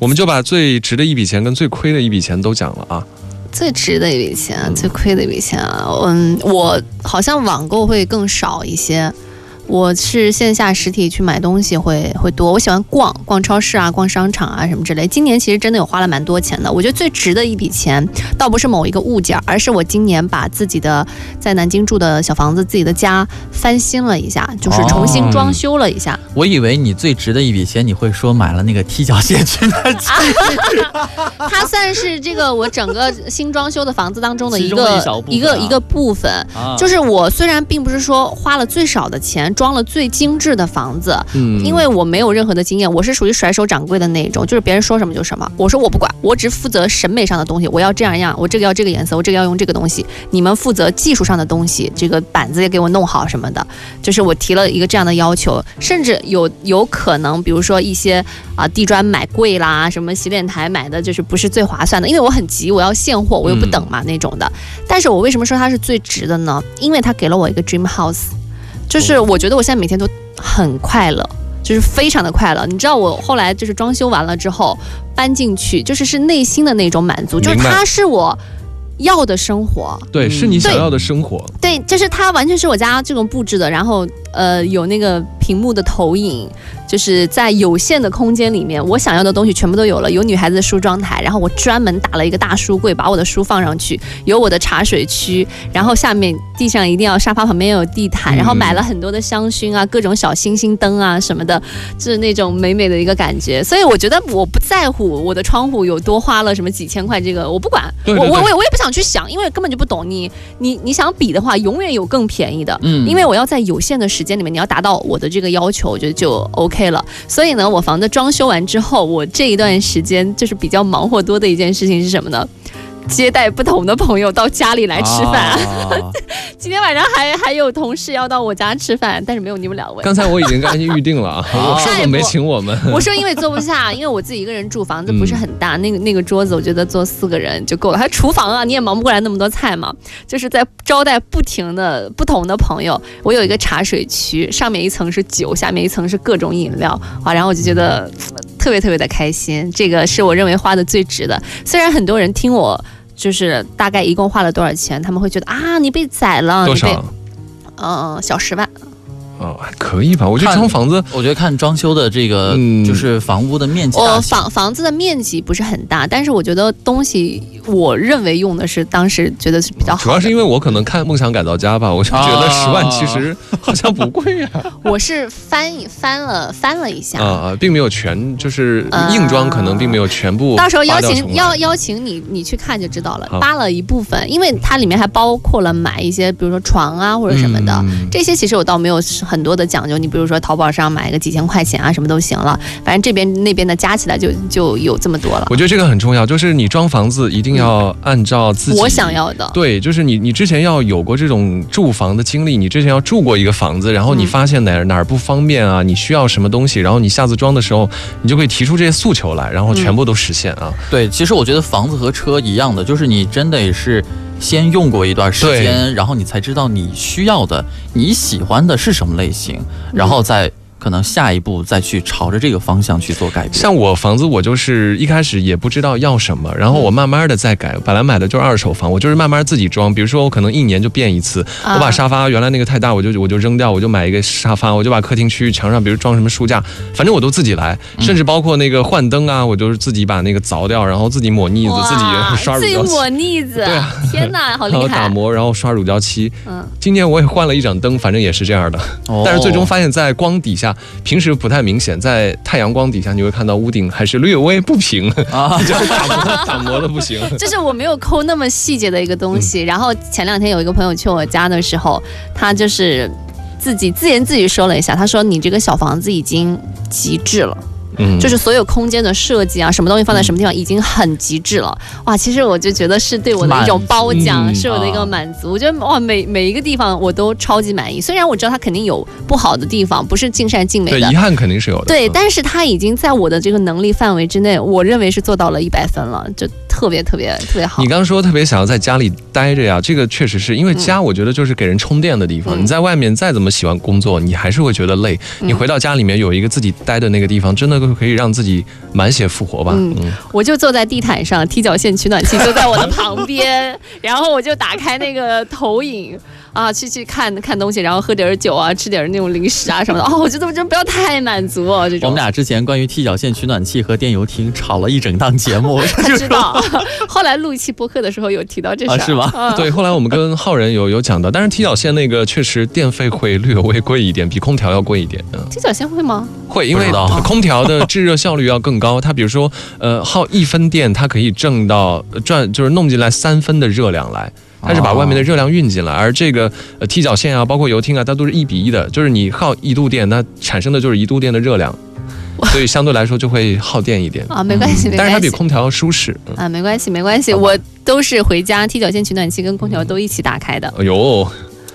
[SPEAKER 1] 我们就把最值的一笔钱跟最亏的一笔钱都讲了啊。
[SPEAKER 2] 最值的一笔钱，
[SPEAKER 1] 嗯
[SPEAKER 2] 最亏的一笔钱啊，嗯，我好像网购会更少一些。我是线下实体去买东西会会多，我喜欢逛逛超市啊，逛商场啊什么之类。今年其实真的有花了蛮多钱的，我觉得最值的一笔钱，倒不是某一个物件，而是我今年把自己的在南京住的小房子、自己的家翻新了一下，就是重新
[SPEAKER 1] 哦
[SPEAKER 2] 装修了一下。
[SPEAKER 3] 我以为你最值的一笔钱，你会说买了那个踢脚鞋去那哦
[SPEAKER 2] 它算是这个我整个新装修的房子当中的一
[SPEAKER 3] 其中的
[SPEAKER 2] 个
[SPEAKER 3] 一小部分啊
[SPEAKER 2] 个一个部分。
[SPEAKER 3] 儿，
[SPEAKER 2] 啊就是我虽然并不是说花了最少的钱装了最精致的房子，
[SPEAKER 1] 嗯，
[SPEAKER 2] 因为我没有任何的经验，我是属于甩手掌柜的那一种，就是别人说什么就什么。我说我不管，我只负责审美上的东西，我要这样样，我这个要这个颜色，我这个要用这个东西。你们负责技术上的东西，这个板子也给我弄好什么的。就是我提了一个这样的要求，甚至有有可能，比如说一些啊地砖买贵啦，什么洗脸台买的就是不是最划算的，因为我很急，我要现货，我又不等嘛、那种的。但是我为什么说它是最值的呢？因为它给了我一个 dream house，就是我觉得我现在每天都很快乐。就是非常的快乐，你知道我后来就是装修完了之后搬进去，就是是内心的那种满足，就是
[SPEAKER 1] 明白
[SPEAKER 2] 它是我要的生活。
[SPEAKER 1] 对，
[SPEAKER 3] 嗯
[SPEAKER 1] 是你想要的生活。
[SPEAKER 2] 对，就是它完全是我家这种布置的，然后呃有那个屏幕的投影，就是在有限的空间里面，我想要的东西全部都有了。有女孩子的梳妆台，然后我专门打了一个大书柜，把我的书放上去，有我的茶水区，然后下面地上一定要沙发旁边有地毯，然后买
[SPEAKER 1] 嗯
[SPEAKER 2] 了很多的香薰啊，各种小星星灯啊什么的，就是那种美美的一个感觉。所以我觉得我不在乎我的窗户有多花了什么几千块，这个我不管，
[SPEAKER 1] 对对对
[SPEAKER 2] 我我我也我也不想去想，因为根本就不懂你你你想比的话，永远有更便宜的。
[SPEAKER 3] 嗯
[SPEAKER 2] 因为我要在有限的时间里面，你要达到我的这这个要求，我觉得就 OK 了。所以呢，我房子装修完之后，我这一段时间就是比较忙活多的一件事情是什么呢？接待不同的朋友到家里来吃饭。
[SPEAKER 3] 啊
[SPEAKER 2] 今天晚上还还有同事要到我家吃饭，但是没有你们两位。
[SPEAKER 1] 刚才我已经跟安妮预定了啊，
[SPEAKER 3] 哦
[SPEAKER 1] 我说
[SPEAKER 2] 下一
[SPEAKER 1] 过
[SPEAKER 2] 步
[SPEAKER 1] 没请我们。
[SPEAKER 2] 我说因为坐不下，因为我自己一个人住，房子不是很大，那个那个桌子我觉得坐四个人就够了。还有厨房啊，你也忙不过来那么多菜嘛，就是在招待不停的不同的朋友。我有一个茶水区，上面一层是酒，下面一层是各种饮料啊，然后我就觉得呃特别特别的开心，这个是我认为花的最值的。虽然很多人听我。就是大概一共花了多少钱，他们会觉得啊，你被宰了，
[SPEAKER 1] 多
[SPEAKER 2] 你被
[SPEAKER 1] 少？
[SPEAKER 2] 嗯、小十万，
[SPEAKER 1] 哦，还可以吧？我觉得这
[SPEAKER 3] 看
[SPEAKER 1] 房房子
[SPEAKER 3] 我觉得看装修的这个，
[SPEAKER 1] 嗯
[SPEAKER 3] 就是房屋的面积
[SPEAKER 2] 我
[SPEAKER 3] 大小。
[SPEAKER 2] 哦房房子的面积不是很大，但是我觉得东西，我认为用的是当时觉得是比较好的。
[SPEAKER 1] 主要是因为我可能看《梦想改造家》吧，我就觉得
[SPEAKER 3] 啊
[SPEAKER 1] 十万其实好像不贵啊
[SPEAKER 2] 我是翻一翻了翻了一下，
[SPEAKER 1] 啊啊，并没有全就是
[SPEAKER 2] 呃
[SPEAKER 1] 硬装，可能并没有全部
[SPEAKER 2] 到时候邀
[SPEAKER 1] 扒掉
[SPEAKER 2] 请
[SPEAKER 1] 重来
[SPEAKER 2] 邀邀请你你去看就知道了
[SPEAKER 1] 好，
[SPEAKER 2] 扒了一部分，因为它里面还包括了买一些，比如说床啊或者什么的。
[SPEAKER 1] 嗯
[SPEAKER 2] 这些其实我倒没有很多的讲究，你比如说淘宝上买个几千块钱啊，什么都行了。反正这边那边的加起来就就有这么多了，
[SPEAKER 1] 我觉得这个很重要，就是你装房子一定要按照自己
[SPEAKER 2] 我想。要的。
[SPEAKER 1] 对，就是你，你之前要有过这种住房的经历，你之前要住过一个房子，然后你
[SPEAKER 2] 嗯
[SPEAKER 1] 发现哪儿哪儿不方便啊，你需要什么东西，然后你下次装的时候，你就可以提出这些诉求来，然后全部都实现啊。
[SPEAKER 3] 对，其实我觉得房子和车一样的，就是你真的也是先用过一段时间，然后你才知道你需要的、你喜欢的是什么类型，
[SPEAKER 1] 嗯
[SPEAKER 3] 然后再可能下一步再去朝着这个方向去做改变。
[SPEAKER 1] 像我房子，我就是一开始也不知道要什么，然
[SPEAKER 2] 嗯
[SPEAKER 1] 后我慢慢的在改。本来买的就是二手房，我就是慢慢自己装。比如说，我可能一年就变一次，
[SPEAKER 2] 啊
[SPEAKER 1] 我把沙发原来那个太大，我就我就扔掉，我就买一个沙发，我就把客厅区域墙上，比如装什么书架，反正我都自己来，
[SPEAKER 2] 嗯
[SPEAKER 1] 甚至包括那个换灯啊，我都是自己把那个凿掉，然后自己抹腻子，自己
[SPEAKER 2] 哇
[SPEAKER 1] 刷乳
[SPEAKER 2] 啊自己
[SPEAKER 1] 胶漆，
[SPEAKER 2] 抹腻子，
[SPEAKER 1] 对啊
[SPEAKER 2] 天哪，好
[SPEAKER 1] 然后
[SPEAKER 2] 厉害
[SPEAKER 1] 打！磨，然后刷乳胶漆。
[SPEAKER 2] 嗯，
[SPEAKER 1] 今年我也换了一盏灯，反正也是这样的。
[SPEAKER 3] 哦
[SPEAKER 1] 但是最终发现，在光底下，平时不太明显，在太阳光底下，你会看到屋顶还是略微不平，
[SPEAKER 3] 啊，
[SPEAKER 1] 就是打磨打磨的不 行。
[SPEAKER 2] 就是我没有抠那么细节的一个东
[SPEAKER 1] 嗯
[SPEAKER 2] 西。然后前两天有一个朋友去我家的时候，他就是自己自言自语说了一下，他说你这个小房子已经极致了，
[SPEAKER 1] 嗯，
[SPEAKER 2] 就是所有空间的设计啊，什么东西放在什么地方已经很极致了。哇，其实我就觉得是对我的一种褒奖，
[SPEAKER 1] 满足
[SPEAKER 2] 是我的一个
[SPEAKER 3] 啊
[SPEAKER 2] 满足。我觉得哇，每每一个地方我都超级满意。虽然我知道它肯定有不好的地方，不是尽善尽美
[SPEAKER 1] 对
[SPEAKER 2] 的
[SPEAKER 1] 遗，憾肯定是有的。
[SPEAKER 2] 对，
[SPEAKER 1] 嗯
[SPEAKER 2] 但是他已经在我的这个能力范围之内，我认为是做到了一百分了，就特别特别特别好
[SPEAKER 1] 你。刚说特别想要在家里待着呀，这个确实是因为家，我觉得就是给人充电的地方。
[SPEAKER 2] 嗯
[SPEAKER 1] 你在外面再怎么喜欢工作，你还是会觉得累。你回到家里面有一个自己待的那个地方，真的可以让自己满血复活吧。
[SPEAKER 2] 嗯
[SPEAKER 1] 嗯，
[SPEAKER 2] 我就坐在地毯上，踢脚线取暖器就在我的旁边， 然后我就打开那个投影啊，去去看看东西，然后喝点儿酒啊，吃点儿那种零食啊什么的。哦，我觉得我真不要太满足哦，这
[SPEAKER 3] 我
[SPEAKER 2] 种
[SPEAKER 3] 们。俩之前关于踢脚线取暖器和电游厅吵了一整档节 目，
[SPEAKER 2] 他
[SPEAKER 3] 就是
[SPEAKER 2] 知
[SPEAKER 3] 说
[SPEAKER 2] 道， 后来录一期播客的时候有提到这事儿、
[SPEAKER 3] 啊是吗
[SPEAKER 2] 嗯
[SPEAKER 1] 对。后来我们跟浩然有有讲到，但是踢脚线那个确实电费会略微贵一点，比空调要贵一点。嗯，
[SPEAKER 2] 踢脚线会吗？
[SPEAKER 1] 会，因
[SPEAKER 3] 不
[SPEAKER 1] 为
[SPEAKER 3] 知道
[SPEAKER 1] 空调的制热效率要更高。它比如说，呃，耗一分电，它可以挣到呃赚，就是弄进来三分的热量来。它
[SPEAKER 3] 哦
[SPEAKER 1] 是把外面的热量运进来，而这个呃踢脚线啊，包括游艇啊，它都是一比一的，就是你耗一度电，那产生的就是一度电的热量，所以相对来说就会耗电一点。
[SPEAKER 2] 啊，
[SPEAKER 3] 嗯
[SPEAKER 2] 没关系，没关系。
[SPEAKER 1] 但是它比空调要舒适。嗯
[SPEAKER 2] 啊，没关系，没关系，
[SPEAKER 1] 好吧
[SPEAKER 2] 我都是回家踢脚线取暖器跟空调都一起打开的。
[SPEAKER 1] 哎呦，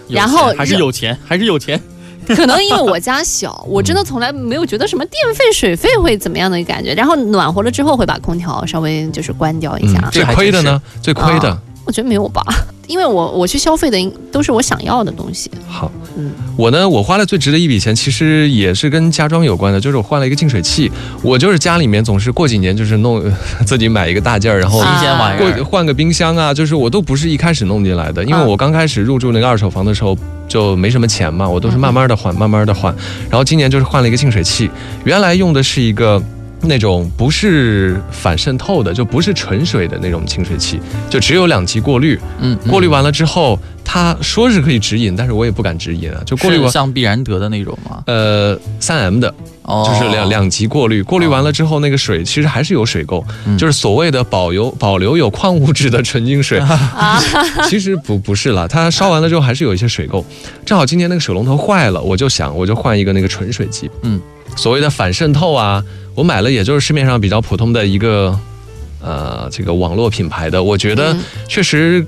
[SPEAKER 3] 有
[SPEAKER 2] 然后
[SPEAKER 3] 钱还是有钱，还是有钱。
[SPEAKER 2] 可能因为我家小，我真的从来没有觉得什么电费、水费会怎么样的一个感觉。然后暖和了之后会把空调稍微就是关掉一下，
[SPEAKER 3] 啊
[SPEAKER 1] 嗯，最亏的呢？最亏的，
[SPEAKER 2] 我觉得没有吧， 因为我我去消费的应都是我想要的东西。
[SPEAKER 1] 好，
[SPEAKER 2] 嗯
[SPEAKER 1] 我呢，我花了最值的一笔钱，其实也是跟家装有关的，就是我换了一个净水器。我就是家里面总是过几年就是弄 自己买一个大件儿，然后
[SPEAKER 2] 啊
[SPEAKER 3] 新鲜玩意
[SPEAKER 1] 过
[SPEAKER 3] 儿
[SPEAKER 1] 换个冰箱啊，就是我都不是一开始弄进来的，因为
[SPEAKER 2] 啊
[SPEAKER 1] 我刚开始入住那个二手房的时候就没什么钱嘛，我都是慢慢的换，慢慢的换。然后今年就是换了一个净水器，原来用的是一个。那种不是反渗透的，就不是纯水的那种清水器，就只有两级过滤。
[SPEAKER 3] 嗯，
[SPEAKER 1] 过滤完了之后，它说是可以直饮，但是我也不敢直饮啊，就过滤
[SPEAKER 3] 是
[SPEAKER 1] 完。
[SPEAKER 3] 像必然得的那种吗？
[SPEAKER 1] 呃，三 M 的，
[SPEAKER 3] 哦，
[SPEAKER 1] 就是两、两级过滤，过滤完了之后，那个水其实还是有水垢，
[SPEAKER 3] 嗯
[SPEAKER 1] 就是所谓的保留保留有矿物质的纯净水，
[SPEAKER 3] 啊
[SPEAKER 1] 其实不不是啦，它烧完了之后还是有一些水垢。正好今年那个水龙头坏了，我就想我就换一个那个纯水机，
[SPEAKER 3] 嗯，
[SPEAKER 1] 所谓的反渗透啊，我买了也就是市面上比较普通的一个，呃，这个网络品牌的，我觉得
[SPEAKER 2] 嗯
[SPEAKER 1] 确实。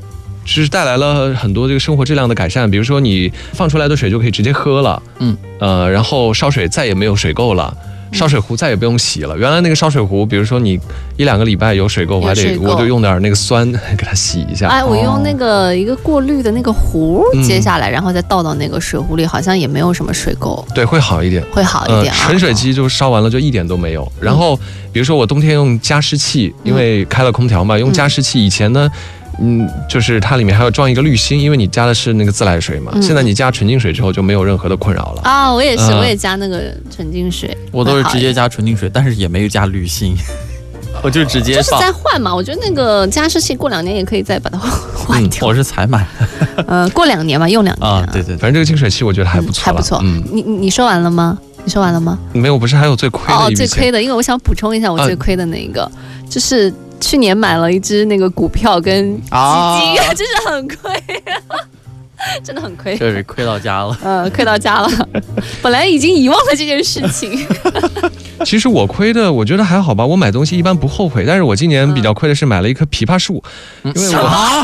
[SPEAKER 1] 是带来了很多这个生活质量的改善，比如说你放出来的水就可以直接喝了，
[SPEAKER 3] 嗯，
[SPEAKER 1] 呃，然后烧水再也没有水垢了。
[SPEAKER 2] 嗯
[SPEAKER 1] 烧水壶再也不用洗了。原来那个烧水壶，比如说你一两个礼拜有水垢，我还得
[SPEAKER 2] 水垢
[SPEAKER 1] 我就用点那个酸给它洗一下。
[SPEAKER 2] 哎，我用那个一个过滤的那个壶
[SPEAKER 1] 嗯
[SPEAKER 2] 接下来，然后再倒到那个水壶里，好像也没有什么水垢，
[SPEAKER 1] 对，会好一点。
[SPEAKER 2] 会好一
[SPEAKER 1] 呃，
[SPEAKER 2] 点嗯啊。
[SPEAKER 1] 纯水机就烧完了就一点都没有。然后，比如说我冬天用加湿器，因为开了空调嘛，用加湿器。以前呢，嗯，就是它里面还要装一个滤芯，因为你加的是那个自来水嘛。
[SPEAKER 2] 嗯
[SPEAKER 1] 现在你加纯净水之后就没有任何的困扰了。
[SPEAKER 2] 啊，我也是，
[SPEAKER 1] 嗯
[SPEAKER 2] 我也加那个纯净水，
[SPEAKER 3] 我都是直
[SPEAKER 2] 会好一点。
[SPEAKER 3] 接加纯净水，但是也没有加滤芯， 我就直接
[SPEAKER 2] 就是
[SPEAKER 3] 放。
[SPEAKER 2] 再换嘛，我觉得那个加湿器过两年也可以再把它 换掉。
[SPEAKER 3] 嗯
[SPEAKER 2] 嗯
[SPEAKER 3] 我是才买
[SPEAKER 1] 嗯
[SPEAKER 2] 呃，过两年吧，用两年
[SPEAKER 3] 啊，对对对，
[SPEAKER 1] 反正这个净水器我觉得还不错、
[SPEAKER 2] 还不错。
[SPEAKER 1] 嗯，
[SPEAKER 2] 你你你说完了吗？你说完了吗？
[SPEAKER 1] 没有，不是还有最亏
[SPEAKER 2] 哦
[SPEAKER 1] 的
[SPEAKER 2] 哦，
[SPEAKER 1] 一笔
[SPEAKER 2] 最
[SPEAKER 1] 钱
[SPEAKER 2] 亏的，因为我想补充一下我
[SPEAKER 1] 啊
[SPEAKER 2] 最亏的那一个，就是去年买了一只那个股票跟基金，
[SPEAKER 3] 啊
[SPEAKER 2] 就是很亏，真的很亏。
[SPEAKER 3] 这是亏到家了。
[SPEAKER 2] 呃，亏到家了，本来已经遗忘了这件事 情。
[SPEAKER 1] 其实我亏的，我觉得还好吧。我买东西一般不后悔，但是我今年比较亏的是买了一棵枇杷树，因为我
[SPEAKER 3] 啊，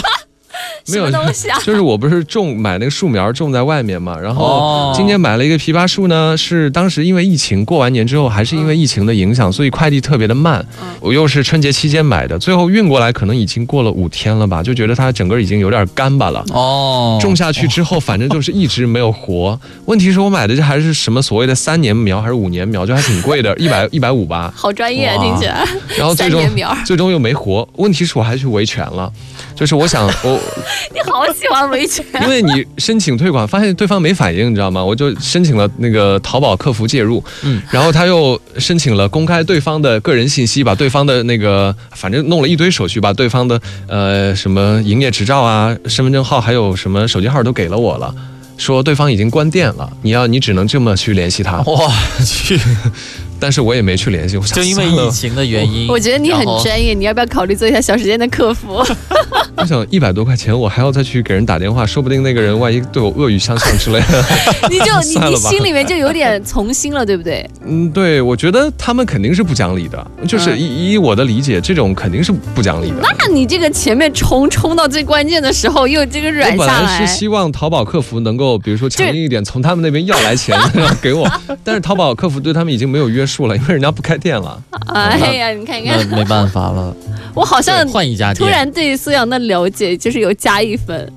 [SPEAKER 1] 没有
[SPEAKER 2] 嗯什么东西啊
[SPEAKER 1] 就是我不是种买那个树苗种在外面嘛，然后
[SPEAKER 3] 哦
[SPEAKER 1] 今年买了一个枇杷树呢，是当时因为疫情过完年之后，还是因为疫情的影响，所以快递特别的慢
[SPEAKER 2] 嗯。
[SPEAKER 1] 我又是春节期间买的，最后运过来可能已经过了五天了吧，就觉得它整个已经有点干巴了。
[SPEAKER 3] 哦，
[SPEAKER 1] 种下去之后，反正就是一直没有活。问题是我买的这还是什么所谓的三年苗还是五年苗，就还挺贵的，一百一百五吧。
[SPEAKER 2] 好专业啊，
[SPEAKER 3] 哇
[SPEAKER 2] 听起来。
[SPEAKER 1] 然后最终
[SPEAKER 2] 三年苗
[SPEAKER 1] 最终又没活。问题是我还去维权了，就是我想我，
[SPEAKER 2] 你好喜欢维权。
[SPEAKER 1] 因为你申请退款，发现对方没反应，你知道吗？我就申请了那个淘宝客服介入，
[SPEAKER 3] 嗯，
[SPEAKER 1] 然后他又申请了公开对方的个人信息，把对方的那个反正弄了一堆手续，把对方的呃什么营业执照啊、身份证号还有什么手机号都给了我了。说对方已经关店了，你要你只能这么去联系他，
[SPEAKER 3] 我去，
[SPEAKER 1] 但是我也没去联系，我想
[SPEAKER 3] 哦就因为
[SPEAKER 1] 算了
[SPEAKER 3] 疫情的原因，
[SPEAKER 2] 我觉得你很
[SPEAKER 3] 然后
[SPEAKER 2] 专业，你要不要考虑做一下小时间的客服？
[SPEAKER 1] 我想一百多块钱，我还要再去给人打电话，说不定那个人万一对我恶语相向之类的。
[SPEAKER 2] 你就 你
[SPEAKER 1] 算
[SPEAKER 2] 你
[SPEAKER 1] 了吧
[SPEAKER 2] 心里面就有点从心了，对不对？
[SPEAKER 1] 嗯，对，我觉得他们肯定是不讲理的，就是
[SPEAKER 2] 嗯
[SPEAKER 1] 以以我的理解，这种肯定是不讲理的。
[SPEAKER 2] 那你这个前面冲冲到最关键的时候，又这个软
[SPEAKER 1] 我本
[SPEAKER 2] 下
[SPEAKER 1] 来
[SPEAKER 2] 来
[SPEAKER 1] 是，希望淘宝客服能够，比如说强硬一点，从他们那边要来钱然后 给我，但是淘宝客服对他们已经没有约束了，因为人家不开店 了。
[SPEAKER 2] 哎呀，你看你
[SPEAKER 3] 那
[SPEAKER 2] 看，
[SPEAKER 3] 没办法 了，
[SPEAKER 2] 我好像
[SPEAKER 3] 换一家
[SPEAKER 2] 突
[SPEAKER 3] 店。
[SPEAKER 2] 然对苏阳的了解就是有加一分，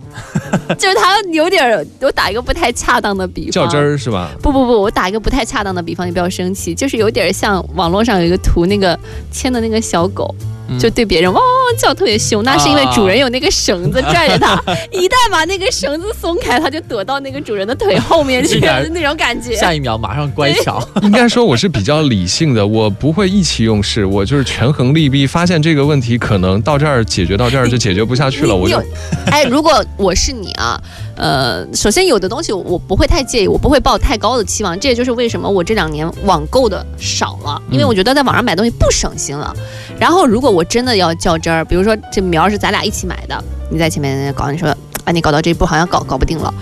[SPEAKER 2] 就是他有点儿，我打一个不太恰当的比方，
[SPEAKER 1] 较真儿是 吧？
[SPEAKER 2] 不不不，我打一个不太恰当的比方，你不要生气，就是有点像网络上有一个图，那个牵的那个小狗，
[SPEAKER 3] 嗯
[SPEAKER 2] 就对别人汪汪汪叫特别凶，那是因为主人有那个绳子拽着它，一旦把那个绳子松开，它就躲到那个主人的腿后面去，
[SPEAKER 3] 一点儿
[SPEAKER 2] 就是 那种感觉。
[SPEAKER 3] 下一秒马上乖 巧，
[SPEAKER 1] 应该说我是比较理性的，我不会意气用事，我就是权衡利弊，发现这个问题可能到这儿解决到这儿就解决不下去了，
[SPEAKER 2] 你
[SPEAKER 1] 我
[SPEAKER 2] 你
[SPEAKER 1] 就
[SPEAKER 2] 有，哎，如果我是你啊，呃，首先有的东西我我不会太介意，我不会抱太高的期望，这也就是为什么我这两年网购的少了，因为
[SPEAKER 3] 嗯
[SPEAKER 2] 我觉得在网上买东西不省心了。然后如果我真的要较真儿，比如说这苗是咱俩一起买的，你在前面搞，你说把你搞到这一步好像搞搞不定了，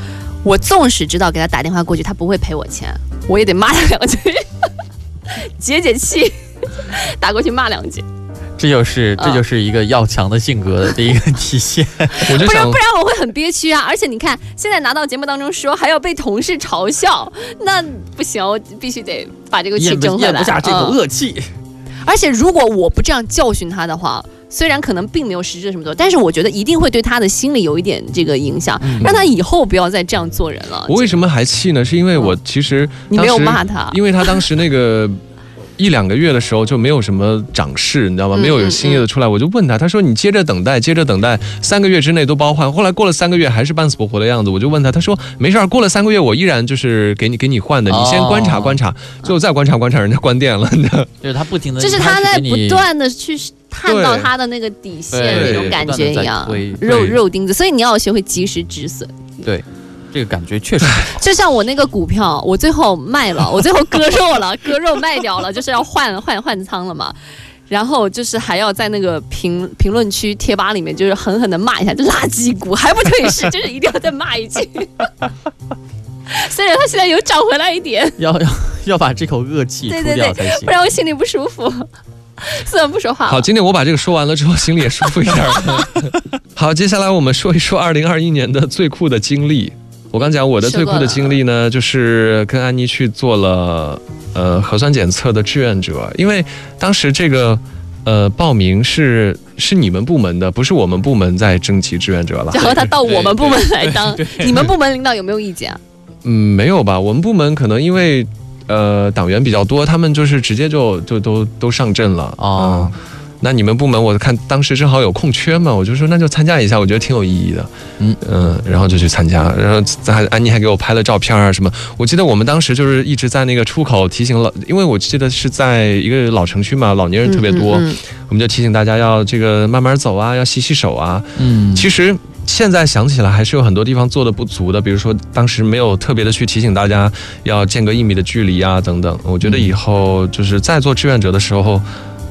[SPEAKER 2] 我纵使知道给他打电话过去，他不会赔我钱，我也得骂他两句， 解解气， 打过去骂两句。
[SPEAKER 3] 这
[SPEAKER 2] 嗯
[SPEAKER 3] 就是这就是一个要强的性格的一个 体现。
[SPEAKER 1] 我就
[SPEAKER 2] 不然
[SPEAKER 1] 想
[SPEAKER 2] 不。然我会很憋屈啊！而且你看，现在拿到节目当中说还要被同事嘲笑， 那不行，我必须得把这个气
[SPEAKER 3] 咽
[SPEAKER 2] 争
[SPEAKER 3] 不
[SPEAKER 2] 回
[SPEAKER 3] 咽
[SPEAKER 2] 来。
[SPEAKER 3] 不下这口呃
[SPEAKER 2] 嗯
[SPEAKER 3] 恶气，
[SPEAKER 2] 而且如果我不这样教训他的话，虽然可能并没有实质什么多，但是我觉得一定会对他的心理有一点这个影响，
[SPEAKER 3] 嗯
[SPEAKER 2] 让他以后不要再这样做人了。
[SPEAKER 1] 我为什么还气呢？是因为我其实
[SPEAKER 2] 你没有
[SPEAKER 1] 当时
[SPEAKER 2] 骂他
[SPEAKER 1] 因为他当时那个一两个月的时候就没有什么涨势，你知道吗？
[SPEAKER 2] 嗯
[SPEAKER 1] 没有有新业的出来，我就问他，他说你接着等待，接着等待，三个月之内都包换。后来过了三个月还是半死不活的样子，我就问他，他说没事儿，过了三个月我依然就是给你给你换的，你先
[SPEAKER 3] 哦
[SPEAKER 1] 观察观察，最后再观察观察，人家关店了，你知道吗。
[SPEAKER 3] 就是他不停的，
[SPEAKER 2] 就是他在不断的去探到
[SPEAKER 1] 对
[SPEAKER 2] 他的那个底线
[SPEAKER 1] 对
[SPEAKER 2] 那种感觉一样
[SPEAKER 3] 不断地在，推
[SPEAKER 2] 肉
[SPEAKER 1] 对
[SPEAKER 2] 肉钉子。所以你要学会及时止损。
[SPEAKER 3] 对，这个感觉确实不好。
[SPEAKER 2] 就像我那个股票，我最后卖了，我 最后割肉了，割肉卖掉了，就是要换 换换仓了嘛。然后就是还要在那个评评论区贴吧里面，就是狠狠的骂一下，这垃圾股还不退市，就是一定要再骂一句。 虽然它现在有涨回来一点，
[SPEAKER 3] 要要 要把这口恶气
[SPEAKER 2] 对
[SPEAKER 3] 出
[SPEAKER 2] 对
[SPEAKER 3] 掉
[SPEAKER 2] 对
[SPEAKER 3] 才行
[SPEAKER 2] 不。然我心里不舒服。 算了，不说话了。
[SPEAKER 1] 好，今天我把这个说完了之后，心里也舒服一点儿。 好，接下来我们说一说二零二一年的最酷的经历。我刚讲我的最酷的经历呢，就是跟安妮去做了呃核酸检测的志愿者，因为当时这个呃报名是是你们部门的，不是我们部门在征集志愿者 了。
[SPEAKER 2] 然后他到我们部门来当
[SPEAKER 3] 对，
[SPEAKER 2] 你们部门领导有没有意见啊？
[SPEAKER 1] 嗯，没有吧？我们部门可能因为呃党员比较多，他们就是直接就就都都上阵了
[SPEAKER 3] 哦
[SPEAKER 1] 嗯那你们部门，我看当时正好有空缺嘛，我就说那就参加一下，我觉得挺有意义的。
[SPEAKER 3] 嗯
[SPEAKER 1] 然后就去参加，然后还安妮还给我拍了照片啊什么。我记得我们当时就是一直在那个出口提醒老，因为我记得是在一个老城区嘛，老年人特别多，
[SPEAKER 2] 嗯嗯
[SPEAKER 1] 我们就提醒大家要这个慢慢走啊，要洗洗手啊。
[SPEAKER 3] 嗯，
[SPEAKER 1] 其实现在想起来，还是有很多地方做的不足的，比如说当时没有特别的去提醒大家要间隔一米的距离啊等等。我觉得以后就是在做志愿者的时候，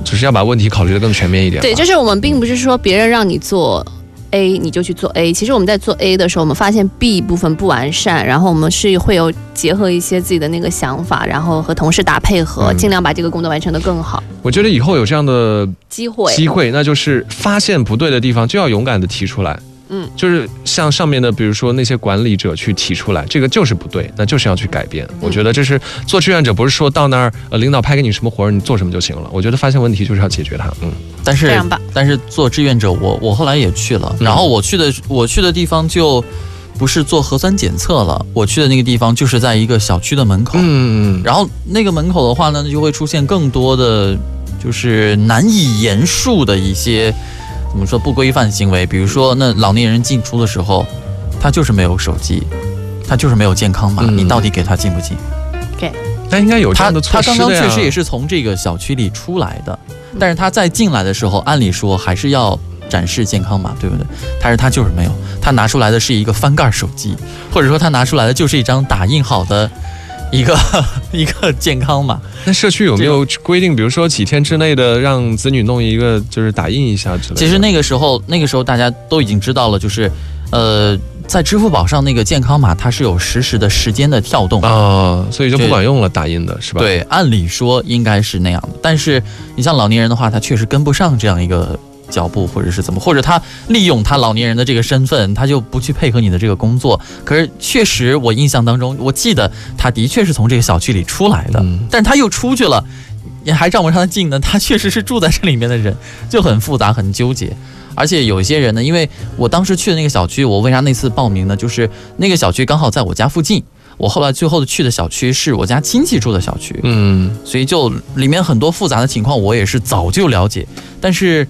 [SPEAKER 1] 就是要把问题考虑的更全面一点吧。
[SPEAKER 2] 对，就是我们并不是说别人让你做
[SPEAKER 1] 嗯
[SPEAKER 2] A 你就去做 A，其实我们在做 A 的时候，我们发现 B 部分不完善，然后我们是会有结合一些自己的那个想法，然后和同事打配合，
[SPEAKER 1] 嗯
[SPEAKER 2] 尽量把这个工作完成的更好。
[SPEAKER 1] 我觉得以后有这样的
[SPEAKER 2] 机会，
[SPEAKER 1] 机会，那就是发现不对的地方就要勇敢的提出来。
[SPEAKER 2] 嗯，
[SPEAKER 1] 就是像上面的，比如说那些管理者去提出来，这个就是不对，那就是要去改
[SPEAKER 2] 嗯
[SPEAKER 1] 变。我觉得这是做志愿者，不是说到那儿呃领导派给你什么活儿，你做什么就行了。我觉得发现问题就是要解决它。嗯，
[SPEAKER 3] 但
[SPEAKER 2] 这
[SPEAKER 3] 是
[SPEAKER 2] 样吧，
[SPEAKER 3] 但是做志愿者，我我后来也去了，
[SPEAKER 1] 嗯
[SPEAKER 3] 然后我去的我去的地方就不是做核酸检测了，我去的那个地方就是在一个小区的门口，
[SPEAKER 1] 嗯，
[SPEAKER 3] 然后那个门口的话呢，就会出现更多的就是难以言述的一些怎么说不规范行为，比如说那老年人进出的时候，他就是没有手机，他就是没有健康码，
[SPEAKER 1] 嗯
[SPEAKER 3] 你到底给他进不进？
[SPEAKER 1] 那应该有这
[SPEAKER 3] 他
[SPEAKER 1] 样的
[SPEAKER 3] 他
[SPEAKER 1] 措施
[SPEAKER 3] 刚
[SPEAKER 1] 的
[SPEAKER 3] 刚
[SPEAKER 1] 呀
[SPEAKER 3] 确实也是从这个小区里出来的，但是他再进来的时候，按理说还是要展示健康码，对不对？但是他就是没有，他拿出来的是一个翻盖手机，或者说他拿出来的就是一张打印好的一个 一个健康码。
[SPEAKER 1] 那社区有没有规定，比如说几天之内的让子女弄一个，就是打印一下之类的？
[SPEAKER 3] 其实那个时候，那个时候大家都已经知道了，就是呃，在支付宝上那个健康码它是有实时的时间的跳动。
[SPEAKER 1] 啊，所以就不管用了，打印的是吧？，
[SPEAKER 3] 对，按理说应该是那样的，但是你像老年人的话，他确实跟不上这样一个脚步，或者是怎么，或者他利用他老年人的这个身份，他就不去配合你的这个工作。可是确实，我印象当中，我记得他的确是从这个小区里出来的，
[SPEAKER 1] 嗯
[SPEAKER 3] 但是他又出去了，你还让不让他进呢？他确实是住在这里面的人，就很复杂，很纠结。而且有一些人呢，因为我当时去的那个小区，我为啥那次报名呢？就是那个小区刚好在我家附近。我后来最后去的小区是我家亲戚住的小区，
[SPEAKER 1] 嗯，
[SPEAKER 3] 所以就里面很多复杂的情况，我也是早就了解，但是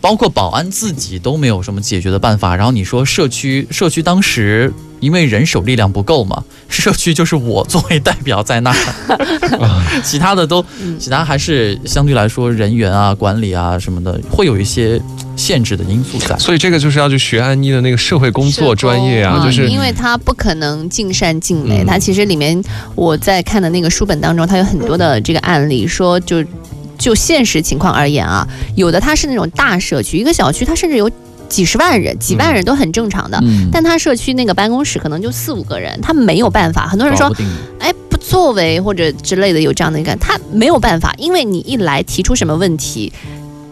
[SPEAKER 3] 包括保安自己都没有什么解决的办法。然后你说社区，社区当时因为人手力量不够嘛， 社区就是我作为代表在那儿， 其他的都，其他还是相对来说人员啊、管理啊什么的，会有一些限制的因素在。
[SPEAKER 1] 所以这个就是要去学安妮的那个社会工作专业啊，
[SPEAKER 2] 嗯
[SPEAKER 1] 就是
[SPEAKER 2] 因为他不可能尽善尽美，
[SPEAKER 1] 嗯
[SPEAKER 2] 他其实里面我在看的那个书本当中，他有很多的这个案例，说就就现实情况而言啊，有的他是那种大社区，一个小区他甚至有几十万人、几万人都很正常的，
[SPEAKER 3] 嗯
[SPEAKER 2] 但他社区那个办公室可能就四五个人，他没有办法。很多人
[SPEAKER 3] 搞
[SPEAKER 2] 说
[SPEAKER 3] 不，定
[SPEAKER 2] 哎，不作为或者之类的有这样的一个，他没有办法，因为你一来提出什么问题，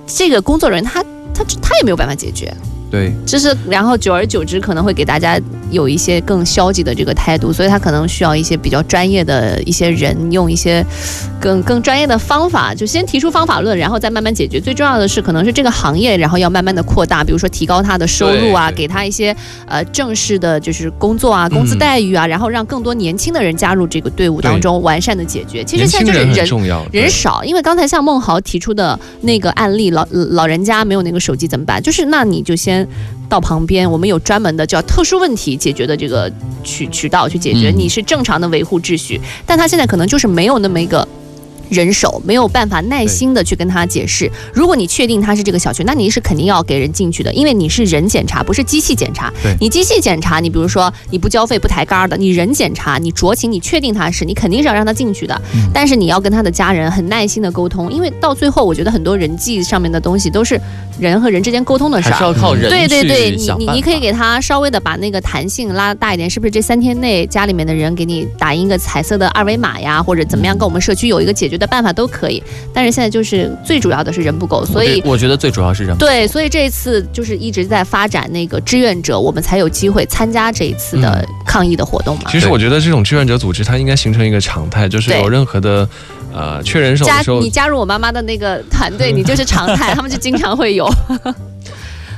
[SPEAKER 2] 这个工作人员他他他也没有办法解决。
[SPEAKER 3] 对。
[SPEAKER 2] 就是，然后久而久之可能会给大家有一些更消极的这个态度，所以他可能需要一些比较专业的一些人，用一些更更专业的方法，就先提出方法论，然后再慢慢解决。最重要的是，可能是这个行业，然后要慢慢的扩大，比如说提高他的收入啊，
[SPEAKER 1] 对对
[SPEAKER 2] 给他一些呃正式的就是工作啊、工资
[SPEAKER 1] 嗯
[SPEAKER 2] 待遇啊，然后让更多年轻的人加入这个队伍当
[SPEAKER 1] 对
[SPEAKER 2] 中，完善的解决。其实
[SPEAKER 1] 年
[SPEAKER 2] 现
[SPEAKER 1] 轻
[SPEAKER 2] 在就是
[SPEAKER 1] 人很
[SPEAKER 2] 人
[SPEAKER 1] 重要，哦对
[SPEAKER 2] 人少，因为刚才像孟豪提出的那个案例，老老人家没有那个手机怎么办？就是那你就先到旁边，我们有专门的叫特殊问题解决的这个渠渠道去解决，
[SPEAKER 1] 嗯
[SPEAKER 2] 你是正常的维护秩序，但他现在可能就是没有那么一个。人手没有办法耐心的去跟他解释。如果你确定他是这个小区，那你是肯定要给人进去的，因为你是人检查，不是机器检查
[SPEAKER 3] 对。
[SPEAKER 2] 你机器检查，你比如说你不交费不抬杆儿的，你人检查，你酌情，你确定他是，你肯定是要让他进去的。
[SPEAKER 3] 嗯
[SPEAKER 2] 但是你要跟他的家人很耐心的沟通，因为到最后，我觉得很多人际上面的东西都是人和人之间沟通的事
[SPEAKER 3] 还是
[SPEAKER 2] 儿。
[SPEAKER 3] 要靠人
[SPEAKER 2] 对对对，
[SPEAKER 3] 去
[SPEAKER 2] 你
[SPEAKER 3] 想
[SPEAKER 2] 你
[SPEAKER 3] 办
[SPEAKER 2] 你可以
[SPEAKER 3] 法
[SPEAKER 2] 给他稍微的把那个弹性拉大一点，是不是这三天内家里面的人给你打印一个彩色的二维码呀，或者怎么样，跟我们社区有一个解决的办法都可以。但是现在就是最主要的是人不够，所以
[SPEAKER 3] 我觉得最主要是人
[SPEAKER 2] 对，所以这一次就是一直在发展那个志愿者，我们才有机会参加这一次的抗议的活动嘛。
[SPEAKER 1] 嗯其实我觉得这种志愿者组织，它应该形成一个常态，就是
[SPEAKER 2] 啊对
[SPEAKER 1] 有任何的呃缺人手
[SPEAKER 2] 加
[SPEAKER 1] 的时候
[SPEAKER 2] 你，加入我妈妈的那个团队，你就是常 态，他们就经常会有。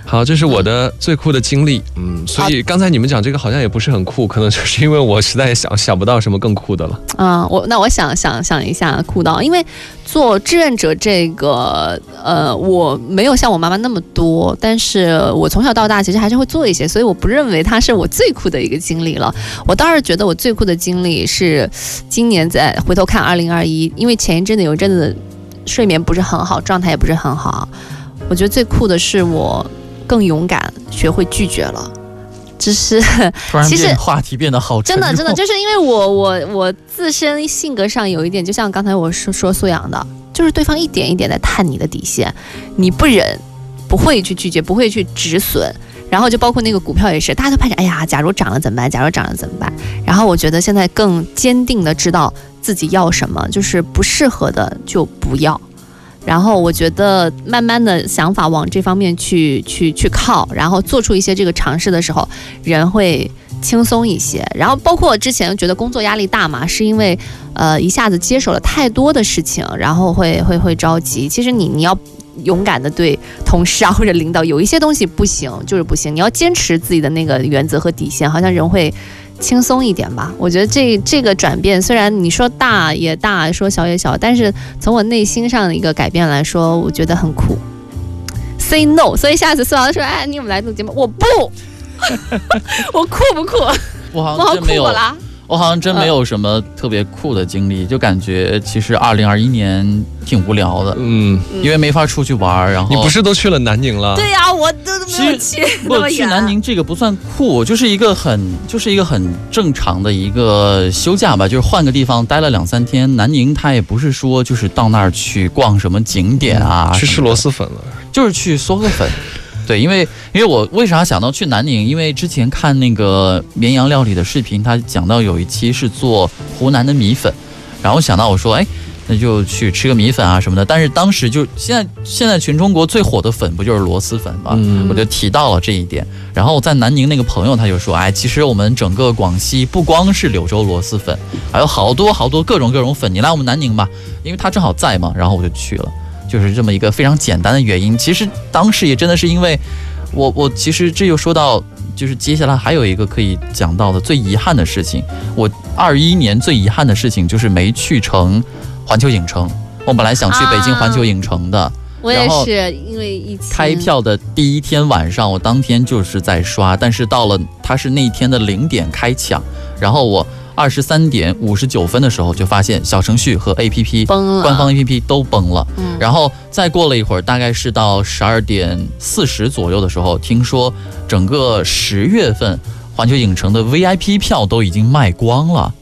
[SPEAKER 1] 好，这是我的最酷的经历。嗯，所以刚才你们讲这个好像也不是很酷，可能就是因为我实在也想想不到什么更酷的了。
[SPEAKER 2] 嗯，我那我想想想一下酷到，因为做志愿者这个，呃，我没有像我妈妈那么多，但是我从小到大其实还是会做一些，所以我不认为它是我最酷的一个经历了。我倒是觉得我最酷的经历是今年在回头看二零二一，因为前一阵子有一阵子睡眠不是很好，状态也不是很好，我觉得最酷的是我更勇敢，学会拒绝了，只是。
[SPEAKER 3] 突然
[SPEAKER 2] 其实
[SPEAKER 3] 变话题变得好沉
[SPEAKER 2] 真的，真的，
[SPEAKER 3] 重
[SPEAKER 2] 就是因为我我我自身性格上有一点，就像刚才我说说素养的，就是对方一点一点在探你的底线，你不忍，不会去拒绝，不会去止损。然后就包括那个股票也是，大家都盼着，哎呀，假如涨了怎么办？假如涨了怎么办？然后我觉得现在更坚定的知道自己要什么，就是不适合的就不要。然后我觉得慢慢的想法往这方面去去去靠，然后做出一些这个尝试的时候，人会轻松一些。然后包括之前觉得工作压力大嘛，是因为呃一下子接手了太多的事情，然后会会会着急。其实你你要。勇敢的对同事啊或者领导有一些东西不行就是不行，你要坚持自己的那个原则和底线，好像人会轻松一点吧。我觉得这这个转变虽然你说大也大，说小也小，但是从我内心上的一个改变来说，我觉得很酷。Say no，所以下次苏老师说：“哎，你们来录节目，我不， 我酷不酷？
[SPEAKER 3] 我好
[SPEAKER 2] 我
[SPEAKER 3] 像
[SPEAKER 2] 好
[SPEAKER 3] 哦真
[SPEAKER 2] 酷
[SPEAKER 3] 没有
[SPEAKER 2] 我，啦！
[SPEAKER 3] 我好像真没有什么特别酷的经历，就感觉其实二零二一年挺无聊的，
[SPEAKER 1] 嗯，
[SPEAKER 3] 因为没法出去玩儿，然后
[SPEAKER 1] 你不是都去了南宁了？
[SPEAKER 2] 对呀、我都都没有
[SPEAKER 3] 啊其
[SPEAKER 2] 去 那
[SPEAKER 3] 不
[SPEAKER 2] 么
[SPEAKER 3] 去
[SPEAKER 2] 远。
[SPEAKER 3] 南宁这个不算酷，就是一个很就是一个很正常的一个休假吧，就是换个地方待了两三天。南宁它也不是说就是到那儿去逛什么景点啊，
[SPEAKER 1] 去吃
[SPEAKER 3] 什么
[SPEAKER 1] 螺
[SPEAKER 3] 的
[SPEAKER 1] 蛳粉了。
[SPEAKER 3] 就是去嗦个粉。对，因为因为我为啥想到去南宁？因为之前看那个绵阳料理的视频，他讲到有一期是做湖南的米粉，然后我想到我说，哎，那就去吃个米粉啊什么的。但是当时就现在现在全中国最火的粉不就是螺蛳粉吗？
[SPEAKER 1] 嗯
[SPEAKER 3] 我就提到了这一点。然后在南宁那个朋友他就说，哎，其实我们整个广西不光是柳州螺蛳粉，还有好多好多各种各种粉，你来我们南宁吧，因为他正好在嘛。然后我就去了。就是这么一个非常简单的原因。其实当时也真的是因为我，我其实这又说到，就是接下来还有一个可以讲到的最遗憾的事情。我二一年最遗憾的事情就是没去成环球影城。我本来想去北京
[SPEAKER 2] 啊
[SPEAKER 3] 环球影城的，
[SPEAKER 2] 我也
[SPEAKER 3] 然后
[SPEAKER 2] 是因为疫情
[SPEAKER 3] 开票的第一天晚上，我当天就是在刷，但是到了它是那天的零点开抢，然后我二十三点五十九分的时候就发现小程序和 APP
[SPEAKER 2] 崩了，
[SPEAKER 3] 官方 APP 都崩了。
[SPEAKER 2] 嗯
[SPEAKER 3] 然后再过了一会儿，大概是到十二点四十左右的时候，听说整个十月份环球影城的 VIP 票都已经卖光了，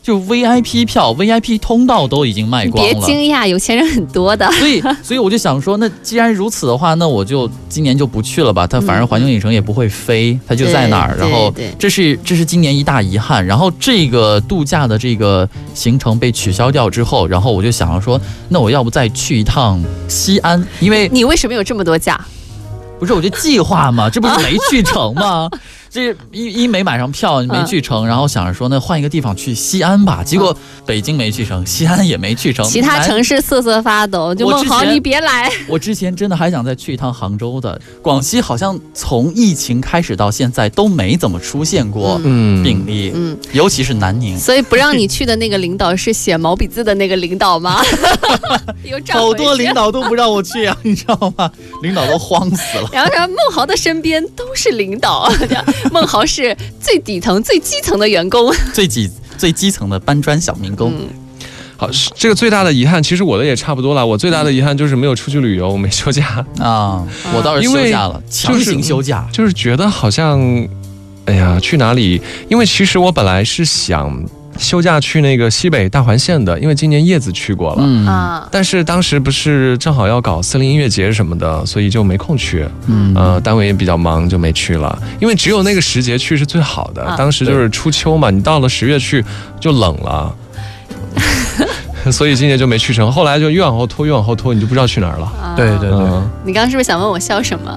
[SPEAKER 3] 就 VIP 票、VIP 通道都已经卖
[SPEAKER 2] 你
[SPEAKER 3] 光
[SPEAKER 2] 别
[SPEAKER 3] 了。
[SPEAKER 2] 惊讶，有钱人很多的。
[SPEAKER 3] 所以，所以我就想说，那既然如此的话，那我就今年就不去了吧。它反正环球影城也不会飞，它就在那儿。
[SPEAKER 2] 对
[SPEAKER 3] 然后
[SPEAKER 2] 嗯对对，
[SPEAKER 3] 这是这是今年一大遗憾。然后这个度假的这个行程被取消掉之后，然后我就想着说，那我要不再去一趟西安？因为
[SPEAKER 2] 你为什么有这么多假？
[SPEAKER 3] 不是我这计划嘛，这不是没去成吗？这一一没买上票，
[SPEAKER 2] 嗯
[SPEAKER 3] 没去成，然后想着说那换一个地方去西安吧，结果北京没去成，西安也没去成，
[SPEAKER 2] 其他
[SPEAKER 3] 南
[SPEAKER 2] 城市瑟瑟发抖，就
[SPEAKER 3] 我
[SPEAKER 2] 孟
[SPEAKER 3] 之
[SPEAKER 2] 豪
[SPEAKER 3] 前嗯
[SPEAKER 2] 你别来。
[SPEAKER 3] 我之前真的还想再去一趟杭州的。广西好像从疫情开始到现在都没怎么出现过
[SPEAKER 1] 嗯，
[SPEAKER 3] 病例，
[SPEAKER 2] 嗯，
[SPEAKER 3] 尤其是南 宁。
[SPEAKER 2] 所以不让你去的那个领导是写毛笔字的那个领导 吗？有这样
[SPEAKER 3] 好
[SPEAKER 2] 回事
[SPEAKER 3] 多领。导都不让我去啊， 你知道吗？领导都慌死了。
[SPEAKER 2] 然后说孟豪的身边都是领导， 孟豪是最底层、最基层的员工。
[SPEAKER 3] 最基最基层的搬砖小民工，
[SPEAKER 2] 嗯，
[SPEAKER 1] 好，是这个最大的遗憾，其实我的也差不多了。我最大的遗憾就是没有出去旅游，我没休假，
[SPEAKER 2] 嗯
[SPEAKER 3] 啊，我倒是
[SPEAKER 1] 因
[SPEAKER 3] 休
[SPEAKER 1] 为
[SPEAKER 3] 假了，强行休假。
[SPEAKER 1] 就是觉得好像，哎呀，去哪里？因为其实我本来是想休假去那个西北大环线的，因为今年叶子去过了。
[SPEAKER 3] 嗯
[SPEAKER 2] 啊，
[SPEAKER 1] 但是当时不是正好要搞森林音乐节什么的，所以就没空去。
[SPEAKER 3] 嗯
[SPEAKER 1] 呃，单位也比较忙，就没去了。因为只有那个时节去是最好的
[SPEAKER 2] 啊，
[SPEAKER 1] 当时就是初秋嘛，你到了十月去就冷了， 所以今年就没去成。后来就越往后拖，越往后拖，你就不知道去哪儿了。
[SPEAKER 2] 啊
[SPEAKER 3] 对对
[SPEAKER 1] 嗯，
[SPEAKER 2] 你刚刚是不是想问我笑什么？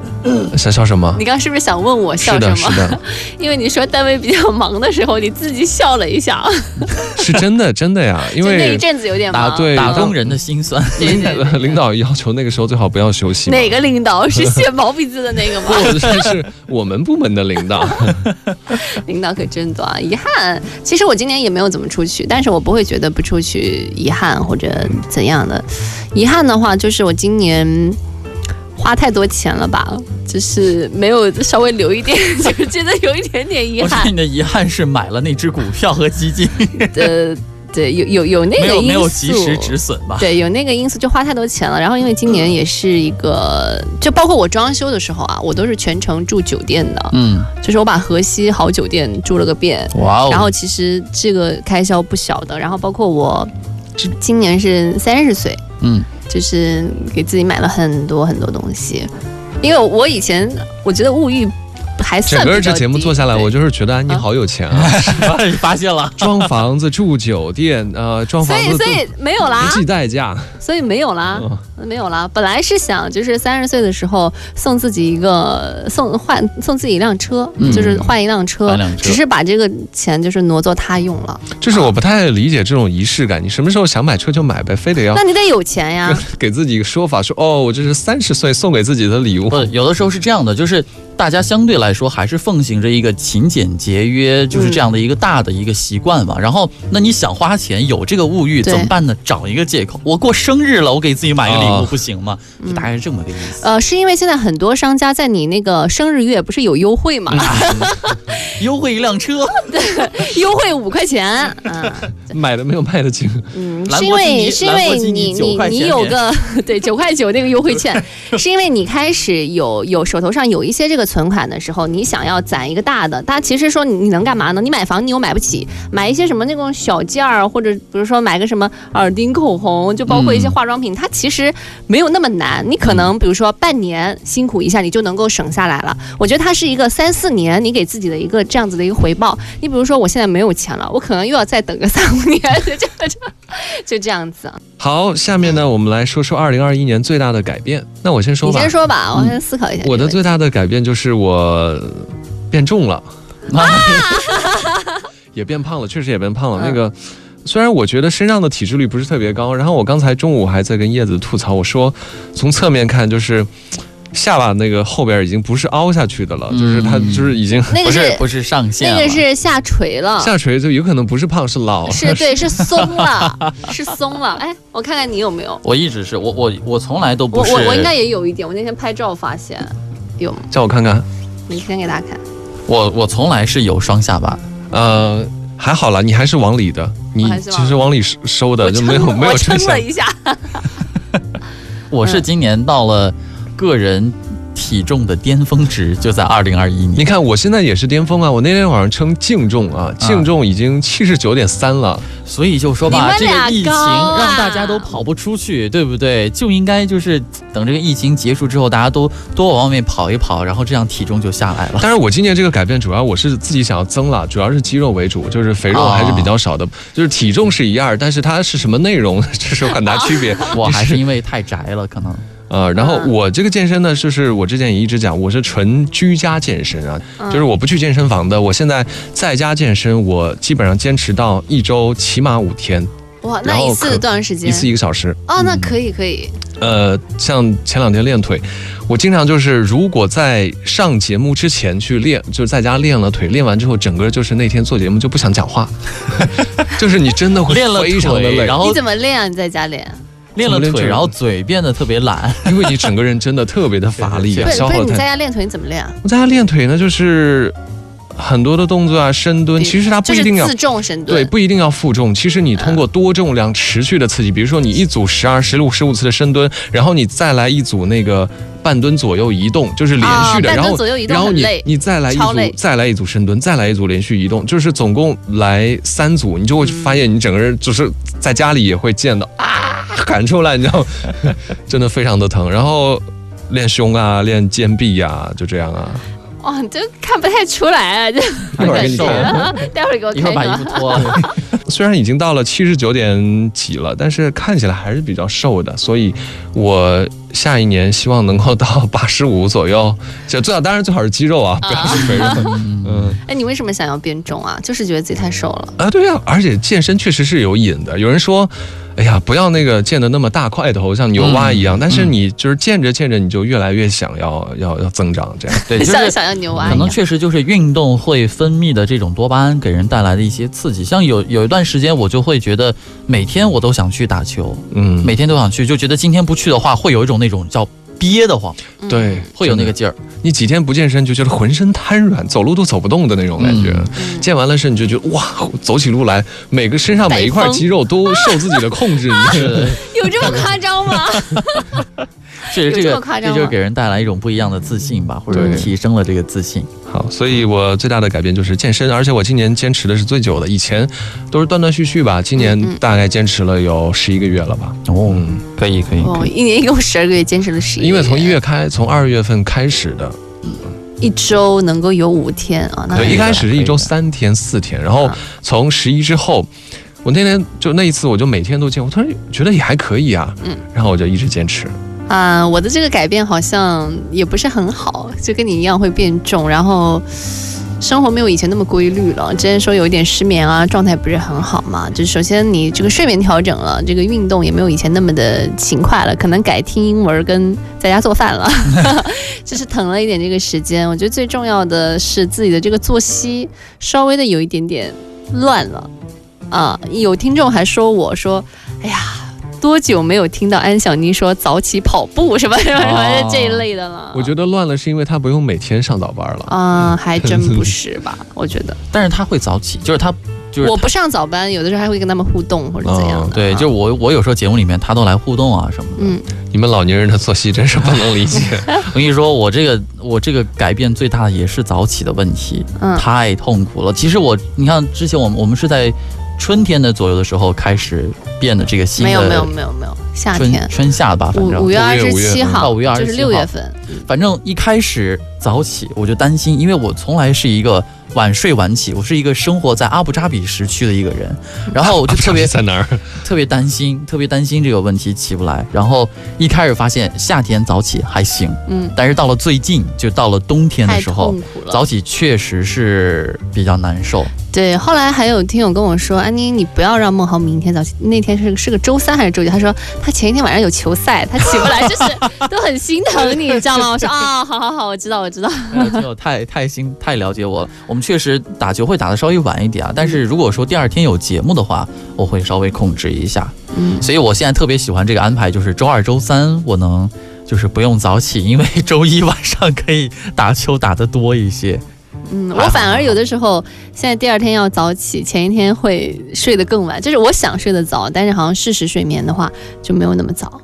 [SPEAKER 1] 想笑什么？
[SPEAKER 2] 你刚刚是不是想问我
[SPEAKER 1] 是
[SPEAKER 2] 笑什
[SPEAKER 1] 的，
[SPEAKER 2] 么？
[SPEAKER 1] 是的，
[SPEAKER 2] 因为你说单位比较忙的时候，你自己笑了一下，
[SPEAKER 1] 是真的，真的 呀。因
[SPEAKER 2] 就那一
[SPEAKER 1] 为
[SPEAKER 2] 阵子有点忙。
[SPEAKER 1] 答对
[SPEAKER 3] 打工人的心酸。
[SPEAKER 2] 对对对
[SPEAKER 1] 领导要求那个时候最好不要休息嘛。
[SPEAKER 2] 哪个领导是写毛笔字的那个 吗？
[SPEAKER 1] 或者是我们部门的领 导，
[SPEAKER 2] 领导可真多啊，遗憾。其实我今年也没有怎么出去，但是我不会觉得不出去遗憾啊或者怎样的。遗憾的话，就是我今年。花太多钱了吧，就是没有稍微留一点， 就是真的有一点点遗
[SPEAKER 3] 我说
[SPEAKER 2] 憾。
[SPEAKER 3] 你的遗憾是买了那只股票和基金，
[SPEAKER 2] 呃，对，有有有那
[SPEAKER 3] 没
[SPEAKER 2] 个因
[SPEAKER 3] 有
[SPEAKER 2] 素，
[SPEAKER 3] 没有及时止损吧？
[SPEAKER 2] 对，有那个因素就花太多钱了。然后因为今年也是一个，就包括我装修的时候啊，我都是全程住酒店的，
[SPEAKER 3] 嗯，
[SPEAKER 2] 就是我把河西好酒店住了个遍。
[SPEAKER 3] 哇哦
[SPEAKER 2] 然后其实这个开销不小的，然后包括我这今年是三十岁，
[SPEAKER 3] 嗯，
[SPEAKER 2] 就是给自己买了很多很多东西，因为我以前我觉得物欲还算
[SPEAKER 1] 整个
[SPEAKER 2] 比较
[SPEAKER 1] 这节目
[SPEAKER 2] 低
[SPEAKER 1] 做下来，
[SPEAKER 2] 对
[SPEAKER 1] 我就是觉得安妮
[SPEAKER 2] 啊
[SPEAKER 1] 好有钱啊，
[SPEAKER 3] 发现了，
[SPEAKER 1] 装房子、住酒店，呃，装
[SPEAKER 2] 所
[SPEAKER 1] 房
[SPEAKER 2] 以
[SPEAKER 1] 子
[SPEAKER 2] 所以啊没有啦
[SPEAKER 1] 不，计代价。
[SPEAKER 2] 所以没有啦。
[SPEAKER 3] 哦
[SPEAKER 1] 嗯
[SPEAKER 2] 没有啦，本来是想就是三十岁的时候送自己一个送换送自己一辆车，
[SPEAKER 3] 嗯
[SPEAKER 2] 就是换一辆车
[SPEAKER 3] 换辆车
[SPEAKER 2] 只是把这个钱就是挪作他用了。
[SPEAKER 1] 就是我不太理解这种仪式感，你什么时候想买车就买呗，非得要
[SPEAKER 2] 那啊你得有钱 呀，
[SPEAKER 1] 给自己一个说法，说哦，我这是三十岁送给自己的礼物。
[SPEAKER 3] 不，有的时候是这样的，就是大家相对来说还是奉行着一个勤俭节约，就是这样的一个大的一个习惯嘛。然后，那你想花钱，有这个物欲
[SPEAKER 2] 对
[SPEAKER 3] 怎么办呢？找一个借口，我过生日了，我给自己买个礼物、
[SPEAKER 1] 哦
[SPEAKER 3] 不行吗？就大概是这么个意思。
[SPEAKER 2] 呃，是因为现在很多商家在你那个生日月不是有优惠 嘛，
[SPEAKER 3] 优惠一辆车，
[SPEAKER 2] 优惠五块钱，啊，
[SPEAKER 1] 买的没有卖的精，
[SPEAKER 2] 嗯，
[SPEAKER 3] 兰
[SPEAKER 2] 是因
[SPEAKER 3] 博基
[SPEAKER 2] 为
[SPEAKER 3] 尼
[SPEAKER 2] 是因
[SPEAKER 3] 兰博
[SPEAKER 2] 为
[SPEAKER 3] 基尼
[SPEAKER 2] 你
[SPEAKER 3] 9
[SPEAKER 2] 你
[SPEAKER 3] 块
[SPEAKER 2] 你
[SPEAKER 3] 钱
[SPEAKER 2] 有
[SPEAKER 3] 免
[SPEAKER 2] 个对九块九那个优惠 券，是因为你开始有有手头上有一些这个存款的时候，你想要攒一个大的，它其实说你你能干嘛呢？你买房你又买不起，买一些什么那种小件儿，或者比如说买个什么耳钉、口红，就包括一些
[SPEAKER 3] 嗯
[SPEAKER 2] 化妆品，它其实没有那么难。你可能比如说半年辛苦一下，你就能够省下来了。我觉得它是一个三四年你给自己的一个这样子的一个回报。你比如说我现在没有钱了，我可能又要再等个三五年，就这 样就就这样子。
[SPEAKER 1] 好，下面呢，我们来说说二零二一年最大的改变。那我先说
[SPEAKER 2] 你
[SPEAKER 1] 吧，
[SPEAKER 2] 先说吧，我
[SPEAKER 3] 嗯
[SPEAKER 2] 先思考一下这个问题。
[SPEAKER 1] 我的最大的改变就是我变重了，
[SPEAKER 2] 啊
[SPEAKER 1] 也变胖了，确实也变胖了。
[SPEAKER 2] 嗯
[SPEAKER 1] 那个虽然我觉得身上的体脂率不是特别高，然后我刚才中午还在跟叶子吐槽，我说从侧面看就是。下巴那个后边已经不是凹下去的了，就是它
[SPEAKER 2] 嗯
[SPEAKER 1] 就是已经
[SPEAKER 2] 那个
[SPEAKER 3] 不
[SPEAKER 2] 是
[SPEAKER 3] 是不是上啊线
[SPEAKER 2] 那
[SPEAKER 3] 了，
[SPEAKER 2] 个是下垂了。
[SPEAKER 1] 下垂，就有可能不是胖是老了。
[SPEAKER 2] 啊是对，是松了，是松了。哎，我看看你有没有，
[SPEAKER 3] 我一直是我我我从来都
[SPEAKER 2] 我
[SPEAKER 3] 不是
[SPEAKER 2] 我我应该也有一点。我那天拍照发现有，
[SPEAKER 1] 叫我看看，
[SPEAKER 2] 你先给大 家看。
[SPEAKER 3] 我我从来是有双下巴，
[SPEAKER 1] 呃，还好啦，你还是往里的，你
[SPEAKER 2] 我还是往
[SPEAKER 1] 其实往里收收的
[SPEAKER 2] 我
[SPEAKER 1] 就
[SPEAKER 2] 撑
[SPEAKER 1] 没有
[SPEAKER 2] 了
[SPEAKER 1] 没
[SPEAKER 2] 我
[SPEAKER 1] 有
[SPEAKER 2] 撑
[SPEAKER 1] 真相
[SPEAKER 2] 了。一下，
[SPEAKER 3] 我
[SPEAKER 2] 嗯
[SPEAKER 3] 是今年到了个人体重的巅峰值，就在二零二一
[SPEAKER 1] 你
[SPEAKER 3] 年。
[SPEAKER 1] 看我现在也是巅峰啊，我那天晚上称净重啊，净重已经七十九点三了。
[SPEAKER 3] 所以就说
[SPEAKER 2] 你
[SPEAKER 3] 吧，
[SPEAKER 2] 们
[SPEAKER 3] 这个
[SPEAKER 2] 俩
[SPEAKER 3] 疫情
[SPEAKER 2] 高啊
[SPEAKER 3] 让大家都跑不出去，对不对？就应该就是等这个疫情结束之后，大家都多往外面跑一跑，然后这样体重就下来 了。
[SPEAKER 1] 当然，我今年这个改变主要我是自己想要增了，主要是肌肉为主，就是肥肉
[SPEAKER 3] 哦
[SPEAKER 2] 啊
[SPEAKER 1] 还是比较少的，就是体 重是一样，但是它是什么内容，这是有很大区别。
[SPEAKER 3] 我还是因为太宅了，可能
[SPEAKER 1] 呃，然后
[SPEAKER 2] 嗯
[SPEAKER 1] 我这个健身呢，就是我之前也一直讲，我是纯居家健身啊，就是我不去健身房的。我现在在家健身，我基本上坚持到一周起码五天，
[SPEAKER 2] 哇，
[SPEAKER 1] 然
[SPEAKER 2] 那
[SPEAKER 1] 后
[SPEAKER 2] 一次
[SPEAKER 1] 可
[SPEAKER 2] 多长时间？
[SPEAKER 1] 一次嗯一个小时。
[SPEAKER 2] 哦，那可以可以，
[SPEAKER 1] 呃，像前两天练腿，我经常就是如果在上节目之前去练，就是在家练了腿，练完之后整个就是那天做节目就不想讲话，就是你真的会
[SPEAKER 3] 练 了
[SPEAKER 1] 非常的
[SPEAKER 3] 腿，
[SPEAKER 1] 累
[SPEAKER 3] 然，后
[SPEAKER 2] 你怎么练啊？你在家练？
[SPEAKER 3] 练了
[SPEAKER 1] 怎么练这
[SPEAKER 3] 腿，
[SPEAKER 1] 个
[SPEAKER 3] 然后嘴变得特别懒。
[SPEAKER 1] 因为你整个人真的特别的乏力
[SPEAKER 4] 对
[SPEAKER 1] 啊，
[SPEAKER 2] 不是
[SPEAKER 1] 消
[SPEAKER 2] 不是，
[SPEAKER 1] 耗
[SPEAKER 2] 你
[SPEAKER 1] 太
[SPEAKER 2] 在。家练腿你怎么练啊？
[SPEAKER 1] 我在家练腿呢，就是很多的动作啊，深蹲，
[SPEAKER 2] 对
[SPEAKER 1] 其实它不
[SPEAKER 2] 就
[SPEAKER 1] 一
[SPEAKER 2] 是
[SPEAKER 1] 定要
[SPEAKER 2] 自重深
[SPEAKER 1] 对，
[SPEAKER 2] 蹲。
[SPEAKER 1] 不一定要负重。其实你通过多重量持续的刺激，比如说你一组十二、十六、十五次的深蹲，然后你再来一组那个半蹲左右移动，就是连续的，
[SPEAKER 2] 啊半蹲
[SPEAKER 1] 然后
[SPEAKER 2] 左右移动
[SPEAKER 1] 然后
[SPEAKER 2] 很
[SPEAKER 1] 你
[SPEAKER 2] 累
[SPEAKER 1] 你再来一
[SPEAKER 2] 超
[SPEAKER 1] 组
[SPEAKER 2] 累，
[SPEAKER 1] 再来一组深蹲，再来一组连续移动，就是总共来三组，你就会发现你整个人就是在家里也会见到啊喊出来，你知 道吗，真的非常的疼。然后练胸啊，练肩臂呀、就这样啊。
[SPEAKER 2] 哦，你这看不太出来啊，这
[SPEAKER 1] 一会儿给你
[SPEAKER 4] 太瘦
[SPEAKER 1] 看。
[SPEAKER 4] 了
[SPEAKER 2] 待会儿给我
[SPEAKER 4] 一会
[SPEAKER 2] 看
[SPEAKER 4] 儿把衣
[SPEAKER 2] 看
[SPEAKER 4] 服脱
[SPEAKER 2] 啊。
[SPEAKER 4] 了。
[SPEAKER 1] 虽然已经到了七十九点几了，但是看起来还是比较瘦的，所以我下一年希望能够到 八十五左右，就最好当然最好是肌肉啊，不要是肥 肉。嗯
[SPEAKER 2] 哎，你为什么想要变重啊？就是觉得自己太瘦了。
[SPEAKER 1] 啊，对呀、而且健身确实是有瘾的。有人说，哎呀，不要那个健得那么大块头，像牛蛙一样，但是你就是健着健着，你就越来越想要要要增长这样。
[SPEAKER 3] 对，就
[SPEAKER 2] 像
[SPEAKER 3] 是
[SPEAKER 2] 想要牛蛙
[SPEAKER 3] 可
[SPEAKER 2] 一
[SPEAKER 3] 能
[SPEAKER 2] 样。
[SPEAKER 3] 确实就是运动会分泌的这种多巴胺给人带来的一些刺激。像有有一段时间，我就会觉得每天我都想去打球，
[SPEAKER 1] 嗯，
[SPEAKER 3] 每天都想去，就觉得今天不去的话，会有一种那种叫憋得慌，
[SPEAKER 2] 嗯
[SPEAKER 1] 对，
[SPEAKER 3] 会有那
[SPEAKER 1] 真
[SPEAKER 3] 个
[SPEAKER 1] 的
[SPEAKER 3] 劲儿。
[SPEAKER 1] 你几天不健身就觉得浑身瘫软，走路都走不动的那种感觉。
[SPEAKER 3] 嗯
[SPEAKER 2] 嗯
[SPEAKER 1] 健完了身，你就觉得哇，走起路来，每个身上每一块肌肉都受自己的控制。你 知道吗
[SPEAKER 2] 有这么夸 张吗？
[SPEAKER 3] 是这
[SPEAKER 2] 有这
[SPEAKER 3] 个
[SPEAKER 2] 么，夸张
[SPEAKER 3] 这
[SPEAKER 2] 吗
[SPEAKER 3] 就是给人带来一种不一样的自信吧，或者
[SPEAKER 1] 对
[SPEAKER 3] 提升了这个自信。
[SPEAKER 1] 好，所以我最大的改变就是健身，而且我今年坚持的是最久的，以前都是断断续续吧，今
[SPEAKER 2] 嗯嗯
[SPEAKER 1] 年大概坚持了有十一个月了吧。
[SPEAKER 3] 哦
[SPEAKER 1] 嗯，
[SPEAKER 3] 可以可以
[SPEAKER 2] 哦，一年一共十二个月，坚持了十一个月，
[SPEAKER 1] 因为从一月开，从二月份开始的，
[SPEAKER 2] 一周能够有五天啊，那
[SPEAKER 1] 对，
[SPEAKER 2] 还
[SPEAKER 1] 一
[SPEAKER 2] 是
[SPEAKER 1] 开始是一周三天四天，然后
[SPEAKER 2] 啊
[SPEAKER 1] 从十一之后，我那天就那一次我就每天都健，我突然觉得也还可以啊，
[SPEAKER 2] 嗯，
[SPEAKER 1] 然后我就一直坚持。
[SPEAKER 2] 啊，我的这个改变好像也不是很好，就跟你一样会变重，然后生活没有以前那么规律了。之前说有一点失眠啊，状态不是很好嘛，就是首先你这个睡眠调整了，这个运动也没有以前那么的勤快了，可能改听英文儿跟在家做饭了， 就是腾了一点这个时间。我觉得最重要的是自己的这个作息稍微的有一点点乱了。啊，有听众还说我说，哎呀，多久没有听到安小妮说早起跑步什么什么什么
[SPEAKER 3] 哦
[SPEAKER 2] 这一类的了？
[SPEAKER 1] 我觉得乱了是因为他不用每天上早班了。
[SPEAKER 2] 啊、还真不是吧？我觉得
[SPEAKER 3] 但是他会早起，就是他就是
[SPEAKER 2] 我不上早班，有的时候还会跟他们互动或者哦怎样的。
[SPEAKER 3] 对，
[SPEAKER 2] 啊
[SPEAKER 3] 就是我我有时候节目里面他都来互动啊什么 的。
[SPEAKER 2] 嗯，
[SPEAKER 1] 你们老年人的作息真是不能 理解。
[SPEAKER 3] 我跟你说，我这个我这个改变最大的也是早起的问题，
[SPEAKER 2] 嗯
[SPEAKER 3] 太痛苦了。其实我，你看之前我们我们是在春天的左右的时候开始变的这个新的
[SPEAKER 2] 没有没有没有没有，夏
[SPEAKER 3] 春
[SPEAKER 2] 天
[SPEAKER 3] 春夏吧，反
[SPEAKER 2] 五五
[SPEAKER 3] 正
[SPEAKER 2] 月二
[SPEAKER 1] 五
[SPEAKER 2] 十
[SPEAKER 1] 月五
[SPEAKER 2] 七
[SPEAKER 1] 月
[SPEAKER 2] 号，
[SPEAKER 3] 嗯到5月27
[SPEAKER 2] 就是六月份，
[SPEAKER 3] 反正一开始早起我就担心，因为我从来是一个晚睡晚起，我是一个生活在阿布扎比时区的一个人，然后我就 特别
[SPEAKER 1] 在哪儿？
[SPEAKER 3] 特别担心，特别担心这个问题起不来。然后一开始发现夏天早起还行，
[SPEAKER 2] 嗯，
[SPEAKER 3] 但是到了最近，就到了冬天的
[SPEAKER 2] 太
[SPEAKER 3] 时候
[SPEAKER 2] 痛，苦了。
[SPEAKER 3] 早起确实是比较难受。
[SPEAKER 2] 对，后来还有听友跟我说，安妮，你不要让孟豪明天早起。那天是是个周三还是周几？他说他前一天晚上有球赛，他起不来，就是都很心疼你，知道吗？我说啊、好好好，我知道，我知道。
[SPEAKER 3] 哎呦听友太太心太了解我了。我们确实打球会打得稍微晚一点啊，但是如果说第二天有节目的话，我会稍微控制一下。
[SPEAKER 2] 嗯，
[SPEAKER 3] 所以我现在特别喜欢这个安排，就是周二、周三我能就是不用早起，因为 周一晚上可以打球打得多一些。
[SPEAKER 2] 嗯，
[SPEAKER 3] 还
[SPEAKER 2] 我
[SPEAKER 3] 好
[SPEAKER 2] 反
[SPEAKER 3] 还
[SPEAKER 2] 而
[SPEAKER 3] 好
[SPEAKER 2] 有的时候现在第二天要早起，前一天会睡得更晚。就是我想睡得早，但是好像事实睡眠的话就没有那么早。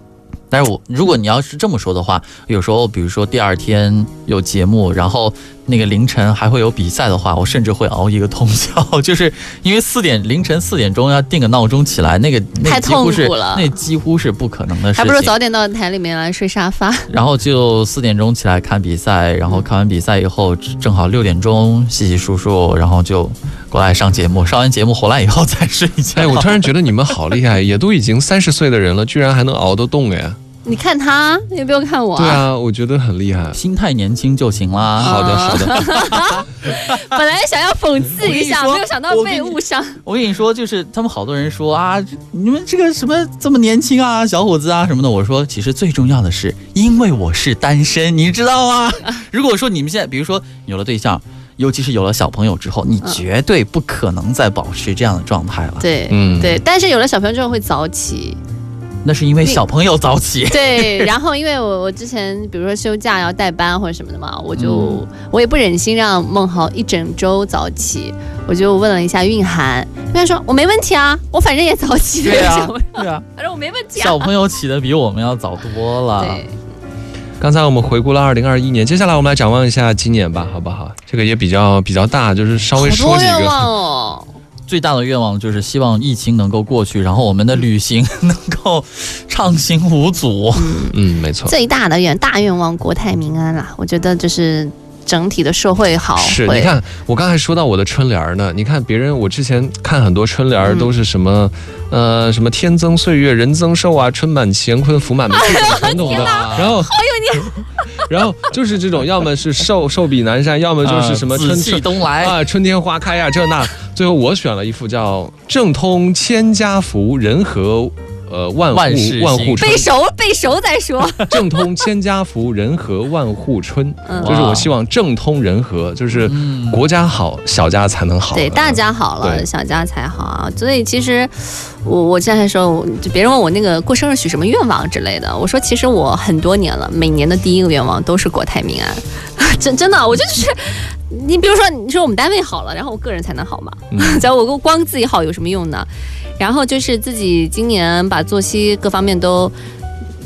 [SPEAKER 3] 但是我如果你要是这么说的话，有时候比如说第二天有节目，然后那个凌晨还会有比赛的话，我甚至会熬一个通宵， 就是因为四点凌晨四点钟要定个闹钟起来，那个那
[SPEAKER 2] 太
[SPEAKER 3] 几乎是
[SPEAKER 2] 痛苦了
[SPEAKER 3] 那几乎是不可能的事
[SPEAKER 2] 还不如
[SPEAKER 3] 情。
[SPEAKER 2] 早点到台里面来睡沙发。
[SPEAKER 3] 然后就四点钟起来看比赛，然后看完比赛以后正好六点钟洗洗漱漱，然后就过来上节目，上完节目回来以后再睡觉。
[SPEAKER 1] 哎，我突然觉得你们好厉害，也都已经三十岁的人了，居然还能熬得动哎！
[SPEAKER 2] 你看他，也不用看我。
[SPEAKER 1] 对啊，我觉得很厉害。
[SPEAKER 3] 心态年轻就行
[SPEAKER 2] 啊
[SPEAKER 3] 啦。
[SPEAKER 1] 好的，好的，
[SPEAKER 3] 啊
[SPEAKER 2] 本来想要讽刺一下，
[SPEAKER 3] 我跟你说
[SPEAKER 2] 没有想到被误 伤。
[SPEAKER 3] 我跟你说，就是他们好多人说啊，你们这个什么这么年轻啊，小伙子啊什么的。我说，其实最重要的是，因为我是单身，你知道 吗？如果说你们现在，比如说有了对象，尤其是有了小朋友之后，你
[SPEAKER 2] 嗯
[SPEAKER 3] 绝对不可能再保持这样的状态了。，
[SPEAKER 2] 对，
[SPEAKER 1] 嗯，
[SPEAKER 2] 对，但是有了小朋友之后会早起。
[SPEAKER 3] 那是因为小朋友早起。
[SPEAKER 2] 对， 然后因为我我之前比如说休假要带班或者什么的嘛，我就、
[SPEAKER 3] 嗯
[SPEAKER 2] 我也不忍心让孟豪一整周早起，我就问了一下韵涵，韵涵说我没问题啊，我反正也早起的，
[SPEAKER 3] 对啊
[SPEAKER 2] 什么
[SPEAKER 3] 对啊，
[SPEAKER 2] 反 正我没问题啊
[SPEAKER 3] 小。朋友起的比我们要早多 了。
[SPEAKER 2] 对，
[SPEAKER 1] 刚才我们回顾了二零二一年，接下来我们来展望一下今年吧，好不好？这个也比较比较大，就是稍微
[SPEAKER 2] 好
[SPEAKER 1] 说
[SPEAKER 2] 多
[SPEAKER 1] 几
[SPEAKER 2] 愿
[SPEAKER 1] 个。
[SPEAKER 2] 望哦，
[SPEAKER 3] 最大的愿望就是希望疫情能够过去，然后我们的旅行能够畅行无阻。
[SPEAKER 1] 嗯，没错。
[SPEAKER 2] 最大的愿大愿望国泰民安啊啦，我觉得就是整体的社会好，
[SPEAKER 1] 是，
[SPEAKER 2] 会
[SPEAKER 1] 你看我刚才说到我的春联儿呢，你看别人，我之前看很多春联儿
[SPEAKER 2] 嗯
[SPEAKER 1] 都是什么，呃，什么天增岁月人增寿啊，春满乾坤福满门，这种传统的。 然后，然后就是这种，要么是寿寿比南山，要么就是什么
[SPEAKER 3] 呃紫
[SPEAKER 1] 春
[SPEAKER 3] 气
[SPEAKER 1] 春
[SPEAKER 3] 东来
[SPEAKER 1] 啊，春天花开呀、这那。最后我选了一副叫“政通千家福，人和呃万户
[SPEAKER 3] 万事
[SPEAKER 1] 万
[SPEAKER 3] 兴
[SPEAKER 1] 户春”，“
[SPEAKER 2] 背熟背熟再说。
[SPEAKER 1] 政通千家福，人和万户春”，
[SPEAKER 2] 嗯
[SPEAKER 1] 就是我希望政通人和，就是
[SPEAKER 3] 嗯
[SPEAKER 1] 国家好，小家才能好。
[SPEAKER 2] 对，大家好了，
[SPEAKER 1] 嗯对
[SPEAKER 2] 小家才好啊。所以其实我我现在说，就别人问我那个过生日许什么愿望之类的，我说其实我很多年了，每年的第一个愿望都是国泰民安。啊 真真的，我就是你比如说，你说我们单位好了，然后我个人才能好嘛。
[SPEAKER 1] 嗯
[SPEAKER 2] 只要我光自己好有什么用呢？然后就是自己今年把作息各方面都。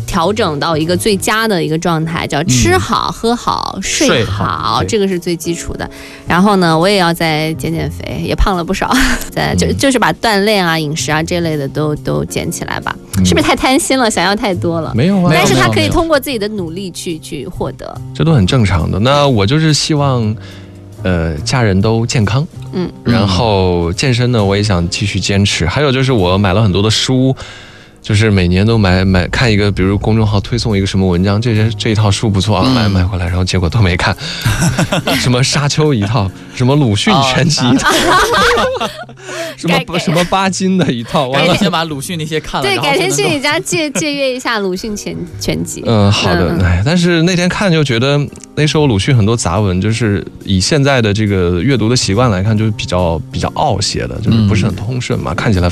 [SPEAKER 2] 调整到一个最佳的一个状态，叫吃好、喝好、睡
[SPEAKER 3] 睡
[SPEAKER 2] 好，
[SPEAKER 3] 好对
[SPEAKER 2] 这个是最基础的。然后呢，我也要再减减肥，也胖了不少，再 就
[SPEAKER 1] 嗯
[SPEAKER 2] 就是把锻炼啊、饮食啊这类的都都捡起来吧。
[SPEAKER 1] 嗯
[SPEAKER 2] 是不是太贪心了？想要太多了？
[SPEAKER 1] 没有啊，
[SPEAKER 2] 但是
[SPEAKER 3] 没
[SPEAKER 2] 他
[SPEAKER 3] 有
[SPEAKER 2] 可以
[SPEAKER 3] 没有
[SPEAKER 2] 通过自己的努力去去获得。
[SPEAKER 1] 这都很正常的。那我就是希望，呃，家人都健康，
[SPEAKER 2] 嗯，
[SPEAKER 1] 然后健身呢，我也想继续坚持。还有就是我买了很多的书，就是每年都买买看一个，比如公众号推送一个什么文章，这些这一套书不错啊，
[SPEAKER 3] 嗯
[SPEAKER 1] 买买回来，然后结果都没看， 什么沙丘一套，什么鲁迅全集一套，什
[SPEAKER 2] 改改
[SPEAKER 1] 么什么巴金的一套，完
[SPEAKER 3] 完
[SPEAKER 1] 了
[SPEAKER 3] 了，，先把鲁迅那些看了，
[SPEAKER 2] 对，
[SPEAKER 3] 然后
[SPEAKER 2] 改天
[SPEAKER 3] 才
[SPEAKER 2] 去
[SPEAKER 3] 能
[SPEAKER 2] 你家借借阅一下鲁迅全全集。
[SPEAKER 1] 嗯，好的
[SPEAKER 2] 嗯，
[SPEAKER 1] 哎，但是那天看就觉得那时候鲁迅很多杂文，就是以现在的这个阅读的习惯来看，就是比较比较傲些的，就是不是很通顺嘛，看起来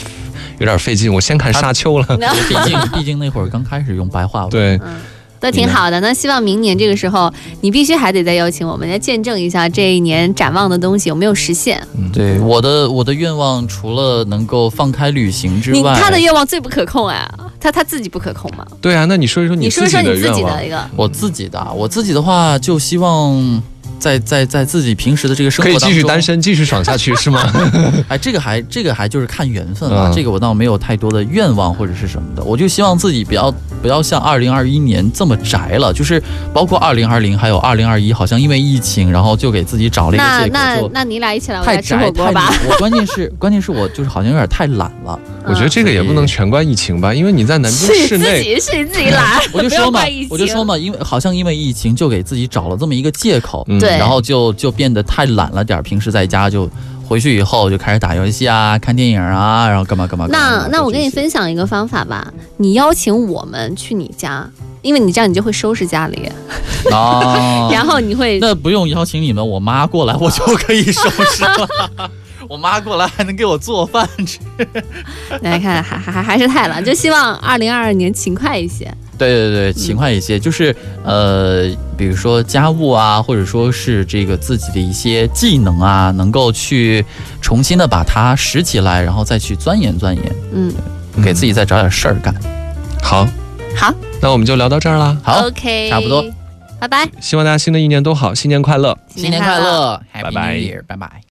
[SPEAKER 1] 有点费劲。我先看沙丘了，
[SPEAKER 2] 然后
[SPEAKER 3] 够。毕竟毕竟那会儿刚开始用白话文，
[SPEAKER 1] 对，
[SPEAKER 2] 嗯，都挺好的。那希望明年这个时候，你必须还得再邀请我们来见证一下这一年展望的东西有没有实现。
[SPEAKER 3] 对我的我的愿望除了能够放开旅行之
[SPEAKER 2] 你
[SPEAKER 3] 外，
[SPEAKER 2] 他的愿望最不可控啊，他他自己不可控嘛。
[SPEAKER 1] 对啊，那你说一说
[SPEAKER 2] 你说
[SPEAKER 1] 自己
[SPEAKER 2] 说你
[SPEAKER 1] 的
[SPEAKER 2] 自己
[SPEAKER 1] 愿望
[SPEAKER 2] 的一，个，
[SPEAKER 3] 我自己的啊我自己的话就希望。在在在自己平时的这个生
[SPEAKER 1] 可以
[SPEAKER 3] 活当中，
[SPEAKER 1] 继续单。身，继续爽下去 是
[SPEAKER 2] 啊
[SPEAKER 1] 吗？
[SPEAKER 3] 哎，这个还这个还就是看缘分了、
[SPEAKER 1] 嗯
[SPEAKER 3] 这个我倒没有太多的愿望或者是什么的，我就希望自己不要不要像二零二一年这么宅了，就是包括二零二零还有二零二一，好像因为疫情，然后就给自己找了一个
[SPEAKER 2] 那
[SPEAKER 3] 借口，
[SPEAKER 2] 那
[SPEAKER 3] 就
[SPEAKER 2] 那你俩一啊起来我
[SPEAKER 3] 太
[SPEAKER 2] 家吃
[SPEAKER 3] 宅
[SPEAKER 2] 火
[SPEAKER 3] 太
[SPEAKER 2] 锅吧。
[SPEAKER 3] 懒，我关键是关键是我就是好像有点太懒了，
[SPEAKER 1] 我觉得这个也不能全怪疫情吧，因为你在南京
[SPEAKER 2] 是
[SPEAKER 1] 市
[SPEAKER 2] 自
[SPEAKER 1] 内，
[SPEAKER 2] 己是自
[SPEAKER 3] ，
[SPEAKER 2] 己懒
[SPEAKER 3] 我就
[SPEAKER 2] 不要
[SPEAKER 3] 说嘛
[SPEAKER 2] 怪疫，
[SPEAKER 3] 我就
[SPEAKER 2] 情
[SPEAKER 3] 说嘛，因为好像因为疫情就给自己找了这么一个借口，
[SPEAKER 1] 嗯
[SPEAKER 2] 对
[SPEAKER 3] 然后就就变得太懒了点儿，平时在家就回去以后就开始打游戏啊、看电影啊，然后干嘛干嘛干嘛。
[SPEAKER 2] 那那我
[SPEAKER 3] 就这
[SPEAKER 2] 跟你
[SPEAKER 3] 些
[SPEAKER 2] 分享一个方法吧，你邀请我们去你家，因为你这样你就会收拾家里，
[SPEAKER 3] 哦，
[SPEAKER 2] 然后你会
[SPEAKER 3] 那不用邀请你们，我妈过来我就可以收拾了。 我妈过来还能给我做饭吃。
[SPEAKER 2] 来看，还还还还是太懒，就希望二零二二年勤快一些。
[SPEAKER 3] 对对对，勤快一些，就是呃，比如说家务啊，或者说是这个自己的一些技能啊，能够去重新的把它拾起来，然后再去钻研钻研，
[SPEAKER 2] 嗯，
[SPEAKER 3] 给自己再找点事儿干。
[SPEAKER 1] 好，
[SPEAKER 2] 好，
[SPEAKER 1] 那我们就聊到这儿啦。
[SPEAKER 3] 好，
[SPEAKER 2] ，OK，
[SPEAKER 3] 差不多，
[SPEAKER 2] 拜拜，
[SPEAKER 1] 希望大家新的一年都好，新年快乐。
[SPEAKER 3] 新年快乐，Happy
[SPEAKER 1] 拜拜
[SPEAKER 3] New Year，拜拜。